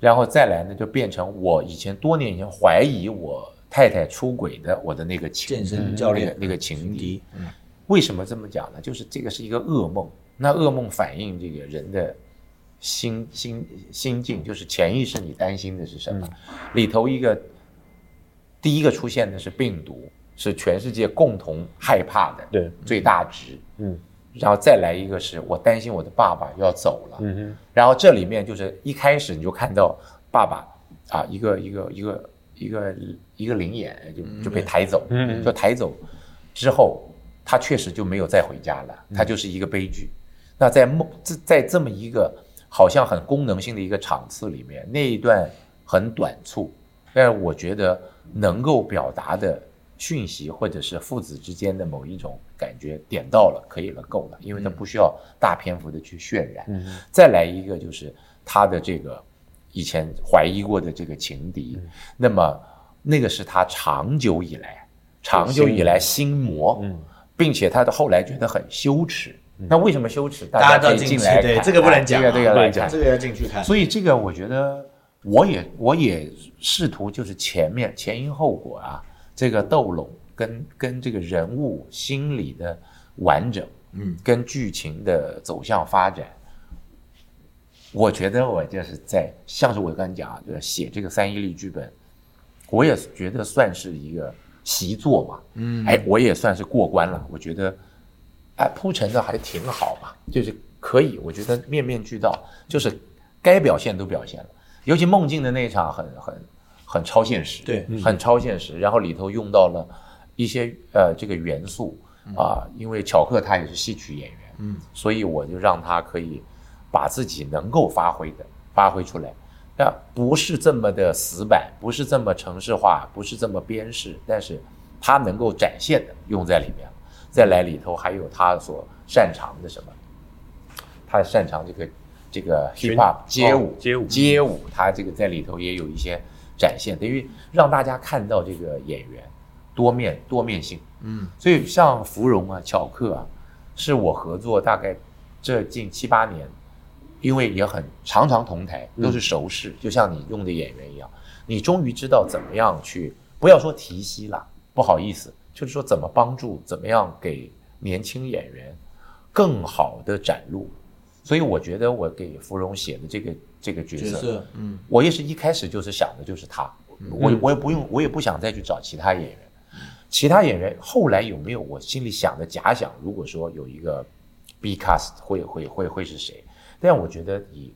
Speaker 3: 然后再来呢，就变成我以前多年以前怀疑我太太出轨的我的那个情
Speaker 2: 健身教练
Speaker 3: 嗯那个那个情
Speaker 2: 情
Speaker 3: 敌嗯
Speaker 2: 敌。
Speaker 3: 为什么这么讲呢？就是这个是一个噩梦，那噩梦反映这个人的心心心境，就是潜意识你担心的是什
Speaker 1: 嗯
Speaker 3: 么？里头一个第一个出现的是病毒，是全世界共同害怕的，
Speaker 1: 对，
Speaker 3: 最大值。
Speaker 1: 嗯，
Speaker 3: 然后再来一个是我担心我的爸爸要走了，
Speaker 1: 嗯哼，
Speaker 3: 然后这里面就是一开始你就看到爸爸啊，一个一个一个一个一个灵眼就就被抬走，
Speaker 1: 嗯嗯
Speaker 3: 就抬走之后，他确实就没有再回家了，他就是一个悲剧。那在梦这在这么一个好像很功能性的一个场次里面，那一段很短促，但是我觉得能够表达的讯息，或者是父子之间的某一种感觉，点到了，可以了，够了，因为它不需要大篇幅的去渲染。再来一个就是他的这个以前怀疑过的这个情敌，那么那个是他长久以来长久以来心魔，
Speaker 2: 嗯
Speaker 3: 并且他的后来觉得很羞耻。那为什么羞耻？
Speaker 2: 大家都要
Speaker 3: 可以
Speaker 2: 进
Speaker 3: 进
Speaker 2: 去
Speaker 3: 来，
Speaker 2: 对，
Speaker 3: 看
Speaker 2: 这个不能讲
Speaker 3: 这
Speaker 2: 啊，
Speaker 3: 个这个
Speaker 1: 不能
Speaker 3: 来
Speaker 1: 讲
Speaker 3: 看。
Speaker 2: 这个要进去看。
Speaker 3: 所以这个我觉得，我也我也试图就是前面前因后果啊，这个斗拢跟跟这个人物心理的完整，嗯，跟剧情的走向发展，我觉得我就是在像是我刚才讲啊，就是写这个三一力剧本，我也觉得算是一个习作嘛，嗯，哎，我也算是过关了，我觉得。哎，铺陈的还挺好嘛，就是可以，我觉得面面俱到，就是该表现都表现了。尤其梦境的那一场很很很超现实，
Speaker 2: 对，
Speaker 3: 很超现实。然后里头用到了一些呃这个元素啊、因为乔克他也是戏曲演员，嗯，所以我就让他可以把自己能够发挥的发挥出来。那不是这么的死板，不是这么城市化，不是这么边式，但是他能够展现的用在里面，再来里头还有他所擅长的什么，他擅长这个这个 hip hop 街舞、
Speaker 1: 哦街舞
Speaker 3: 街舞，他这个在里头也有一些展现，等于让大家看到这个演员多面多面性。
Speaker 2: 嗯，
Speaker 3: 所以像芙蓉啊、巧克啊，是我合作大概这近七八年，因为也很常常同台，都是熟识，就像你用的演员一样，你终于知道怎么样去，不要说提息啦，不好意思，就是说怎么帮助，怎么样给年轻演员更好的展露。所以我觉得我给芙蓉写的这个这个角
Speaker 2: 角
Speaker 3: 色，
Speaker 2: 色，嗯，
Speaker 3: 我也是一开始就是想的就是他，我我也不用，我也不想再去找其他演员。其他演员后来有没有我心里想的假想？如果说有一个 B cast 会会会会是谁？但我觉得以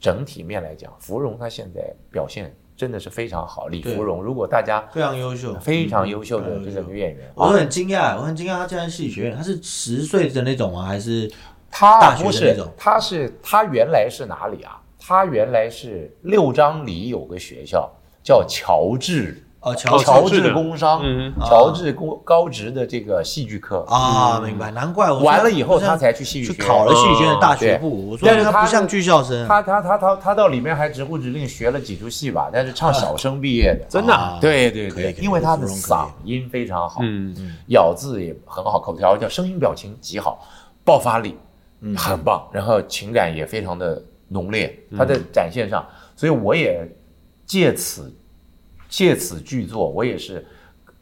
Speaker 3: 整体面来讲，芙蓉她现在表现真的是非常好。李
Speaker 2: 对
Speaker 3: 芙蓉，如果大家
Speaker 2: 非常优秀，
Speaker 3: 非常优秀的
Speaker 2: 嗯
Speaker 3: 这个女演员，
Speaker 2: 我很惊讶，我很惊讶，他竟然戏剧学院，他是十岁的那种吗？还是
Speaker 3: 她
Speaker 2: 大学
Speaker 3: 不
Speaker 2: 的
Speaker 3: 是
Speaker 2: 那种，
Speaker 3: 她是她原来是哪里啊？她原来是六张里有个学校叫乔治
Speaker 2: 哦，乔
Speaker 1: 哦
Speaker 2: 治
Speaker 1: 乔
Speaker 3: 乔
Speaker 1: 治的
Speaker 3: 治工商，
Speaker 1: 嗯
Speaker 3: 乔治高高职的这个戏剧课，
Speaker 2: 啊？明白，难怪我
Speaker 3: 嗯完了以后
Speaker 2: 我想
Speaker 3: 他才去戏剧
Speaker 2: 去
Speaker 3: 学院
Speaker 2: 考了戏剧学院的大学
Speaker 3: 嗯
Speaker 2: 部，我说
Speaker 3: 但是
Speaker 2: 他
Speaker 3: 他
Speaker 2: 不像剧校生，
Speaker 3: 他他他他他到里面还直呼直令学了几出戏吧，但是唱小生毕业的，
Speaker 2: <laughs>
Speaker 1: 真的
Speaker 2: 啊
Speaker 3: 对对
Speaker 2: 可以
Speaker 3: 对，
Speaker 2: 可以
Speaker 3: 因为他
Speaker 2: 芙
Speaker 3: 的
Speaker 2: 蓉可以
Speaker 3: 嗓音非常好，
Speaker 1: 嗯嗯，
Speaker 3: 咬字也很好，口条叫声音表情极好，爆发力
Speaker 2: 嗯
Speaker 3: 很棒，然后情感也非常的浓烈，
Speaker 1: 嗯
Speaker 3: 他的展现上，所以我也借此借此剧作，我也是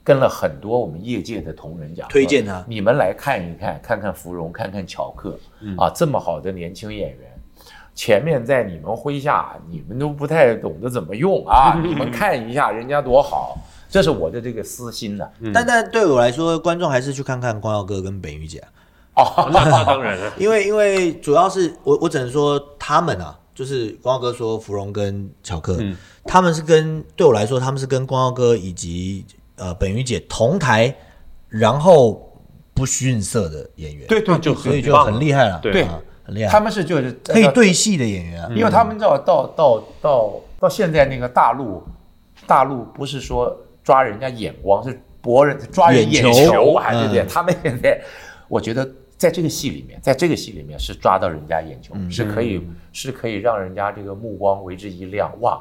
Speaker 3: 跟了很多我们业界的同仁讲，
Speaker 2: 推荐他
Speaker 3: 说你们来看一看，看看芙蓉，看看乔克，
Speaker 2: 嗯
Speaker 3: 啊，这么好的年轻演员。前面在你们麾下，你们都不太懂得怎么用
Speaker 2: <laughs>
Speaker 3: 啊！你们看一下人家多好，这是我的这个私心呐、
Speaker 1: 嗯
Speaker 2: 但但对我来说，观众还是去看看光耀哥跟北雨姐，啊
Speaker 3: 啊
Speaker 1: 哦那那当然了，
Speaker 2: 因为因为主要是我我只能说他们啊，就是光耀哥说芙蓉跟巧克，
Speaker 1: 嗯
Speaker 2: 他们是跟对我来说，他们是跟光耀哥以及呃本鱼姐同台，然后不逊色的演员，，
Speaker 1: 对对，就
Speaker 2: 所以
Speaker 1: 很
Speaker 2: 就
Speaker 1: 棒
Speaker 2: 很厉害了，
Speaker 1: 对
Speaker 2: 啊，很厉害，
Speaker 3: 他们是就是
Speaker 2: 可以对戏的演员啊，
Speaker 3: 因为他们知道到到到到现在那个大陆，大陆不是说抓人家眼光，是博人抓人
Speaker 2: 眼
Speaker 3: 眼
Speaker 2: 球
Speaker 3: 球啊，对不对？
Speaker 2: 嗯
Speaker 3: 他们现在，我觉得在这个戏里面，在这个戏里面是抓到人家眼球，是可以是可以让人家这个目光为之一亮，哇，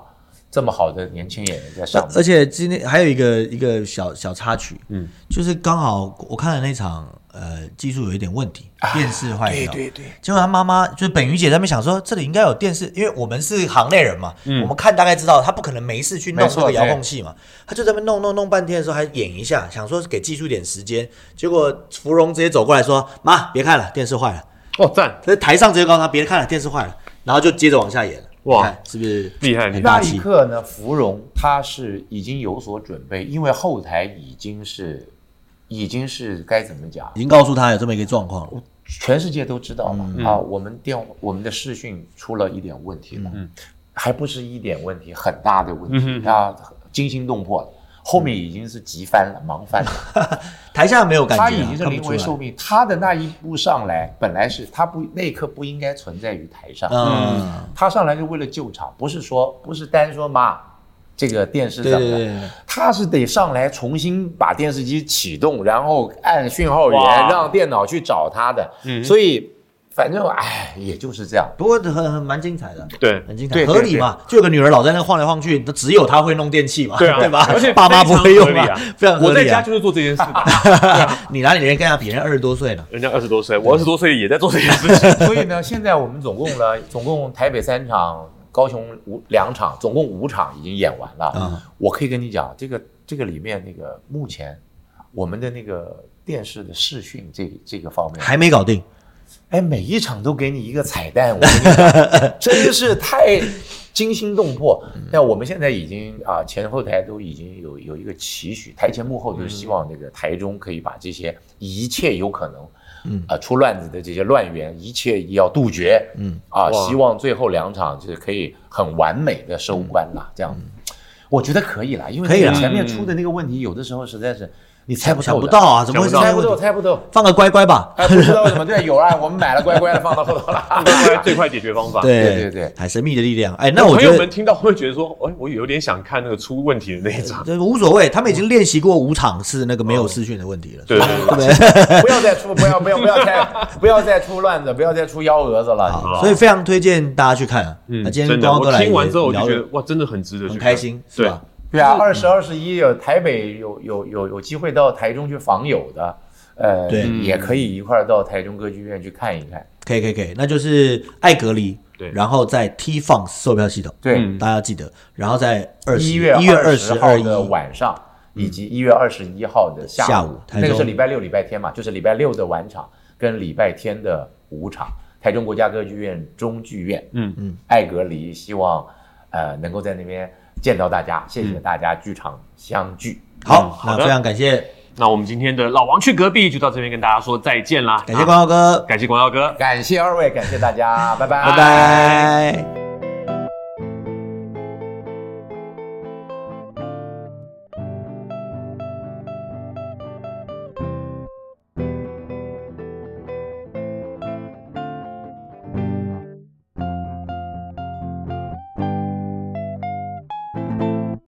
Speaker 3: 这么好的年轻演员在上面，
Speaker 2: 而且今天还有一个一个小小插曲，嗯，就是刚好我看了那场，呃，技术有一点问题，电视坏掉。对对对。结果他妈妈就是本于姐在那边想说，这里应该有电视，因为我们是行内人嘛，我们看大概知道，他不可能没事去弄
Speaker 3: 没错
Speaker 2: 那个遥控器嘛。他就在那边弄弄弄半天的时候，还演一下，想说给技术一点时间。结果芙蓉直接走过来说：“妈，别看了，电视坏了。
Speaker 1: 哦，赞”，
Speaker 2: 在台上直接告诉他：“别看了，电视坏了。”然后就接着往下演了。
Speaker 1: 哇
Speaker 2: 你看是不是
Speaker 1: 厉害厉
Speaker 2: 很
Speaker 1: 害，
Speaker 2: 大
Speaker 3: 那
Speaker 2: 气
Speaker 3: 一？刻呢，芙蓉她是已经有所准备，因为后台已经是已经是该怎么讲
Speaker 2: 已，经告诉他有这么一个状况了。
Speaker 3: 全世界都知道
Speaker 2: 嗯
Speaker 3: 了、啊，我们电我们的视讯出了一点问题了，
Speaker 2: 嗯
Speaker 3: 还不是一点问题，很大的问题，啊，惊心动魄了。后面已经是急翻了，忙翻了，
Speaker 2: <laughs> 台下没有感觉啊、
Speaker 3: 他已经是
Speaker 2: 看不
Speaker 3: 临
Speaker 2: 出
Speaker 3: 危
Speaker 2: 来
Speaker 3: 受命。他的那一步上来，本来是他不那一刻不应该存在于台上，
Speaker 2: 嗯，
Speaker 3: 他上来是为了救场，不是说不是单说妈这个电视
Speaker 2: 对
Speaker 3: 怎么
Speaker 2: 对
Speaker 3: 了
Speaker 2: 对，对
Speaker 3: 他是得上来重新把电视机启动，然后按讯号源
Speaker 1: 哇
Speaker 3: 让电脑去找他的。所以反正哎，也就是这样。
Speaker 2: 不过很很蛮精彩的，
Speaker 1: 对
Speaker 2: 很精彩，
Speaker 3: 对对
Speaker 2: 合理嘛？就有个女儿老在那晃来晃去，那只有她会弄电器嘛，
Speaker 1: 对啊，
Speaker 2: 吧？
Speaker 1: 而且
Speaker 2: <laughs> 爸妈
Speaker 1: 非
Speaker 2: 不
Speaker 1: 常
Speaker 2: 会用
Speaker 1: 合理啊，
Speaker 2: 非常合
Speaker 1: 我在
Speaker 2: 理
Speaker 1: 家
Speaker 2: 啊。
Speaker 1: 就是做这件事的，
Speaker 2: <laughs> 你哪里人跟她比？人家二十多岁了，
Speaker 1: 人家二十多岁，我二十多岁也在做这件事
Speaker 2: <laughs>
Speaker 1: 情，
Speaker 3: <laughs> 所以呢，现在我们总共呢，总共台北三场，高雄五两场，总共五场已经演完了。
Speaker 2: 嗯
Speaker 3: 我可以跟你讲，这个这个里面那个目前我们的那个电视的视讯这这个方面，
Speaker 2: 还没
Speaker 1: <laughs>
Speaker 2: 搞定。
Speaker 3: 哎，每一场都给你一个彩蛋，我跟你讲，真是太惊心动魄。
Speaker 2: 嗯
Speaker 3: <laughs> 那我们现在已经啊，前后台都已经有有一个期许，台前幕后就是
Speaker 2: 嗯
Speaker 3: 希望那个台中可以把这些一切有可能。嗯啊，出乱子的这些乱源，一切也要杜绝。嗯啊，
Speaker 1: 哇
Speaker 3: 希望最后两场就是可以很完美的收官啦，这样子，我觉得可以啦，因为
Speaker 2: 嗯可以啦
Speaker 3: 前面出的那个问题，有的时候实在是
Speaker 2: 你猜不
Speaker 3: 猜不
Speaker 2: 不
Speaker 3: 透的
Speaker 2: 到啊？怎么会
Speaker 1: 不
Speaker 2: 是
Speaker 1: 到
Speaker 2: 猜
Speaker 3: 猜
Speaker 2: 不
Speaker 3: 不
Speaker 2: 透
Speaker 3: 透，？猜不透。
Speaker 2: 放个乖乖吧。
Speaker 3: 哎，不知道为什么，对，有啊，我们买了乖乖的放到后
Speaker 2: <laughs>
Speaker 3: 头了。
Speaker 1: 最快解决方法。
Speaker 2: 对
Speaker 3: 对对对
Speaker 2: 哎，神秘的力量。哎，那我
Speaker 1: 朋
Speaker 2: 觉
Speaker 1: 友们
Speaker 2: 得
Speaker 1: 听到会觉得说，哎，我有点想看那个出问题的那一场。
Speaker 2: 这无所谓，他们已经练习过五场是那个没有私讯的问题了。
Speaker 1: 对对对，
Speaker 3: 不要再出，不要不要不要再不要再出乱子，不要再出幺蛾子了。
Speaker 2: 啊好，所以非常推荐大家去看啊。那
Speaker 1: 嗯，
Speaker 2: 今天
Speaker 1: 真的，
Speaker 2: 光
Speaker 1: 我
Speaker 2: 哥来
Speaker 1: 听完之后我
Speaker 2: 聊
Speaker 1: 就
Speaker 2: 了
Speaker 1: 觉得哇，真的很值得去
Speaker 2: 很
Speaker 1: 看，
Speaker 2: 开心，是
Speaker 1: 对
Speaker 2: 吧？？
Speaker 3: 对啊，二十二十一有台北有有有有机会到台中去访友的，呃，
Speaker 2: 对
Speaker 3: 也可以一块儿到台中歌剧院去看一看。
Speaker 2: 可以可以可以，那就是艾格里，
Speaker 1: 对
Speaker 2: 然后在 T f u n k 售票系统，
Speaker 3: 对，
Speaker 1: 嗯
Speaker 2: 大家要记得，然后在二十
Speaker 3: 一
Speaker 2: 一月
Speaker 3: 二
Speaker 2: 十
Speaker 3: 号
Speaker 2: 二一嗯
Speaker 3: 的晚上，以及一月二十一号的下
Speaker 2: 下午台中
Speaker 3: 那个是礼拜六、礼拜天嘛，就是礼拜六的晚场跟礼拜天的午场，台中国家歌剧院中剧院，
Speaker 1: 嗯
Speaker 3: 嗯，艾格里希望呃能够在那边见到大家，谢
Speaker 2: 嗯
Speaker 3: 谢大家剧场相聚，
Speaker 1: 嗯
Speaker 2: 好，
Speaker 1: 好
Speaker 2: 那
Speaker 1: 的
Speaker 2: 非常感谢
Speaker 1: 那我们今天的老王去隔壁就到这边跟大家说再见啦，
Speaker 2: 感
Speaker 1: 光，
Speaker 2: 谢光耀哥，
Speaker 1: 感谢光耀哥。
Speaker 3: 感谢二位，感谢大家，拜拜，
Speaker 2: 拜拜。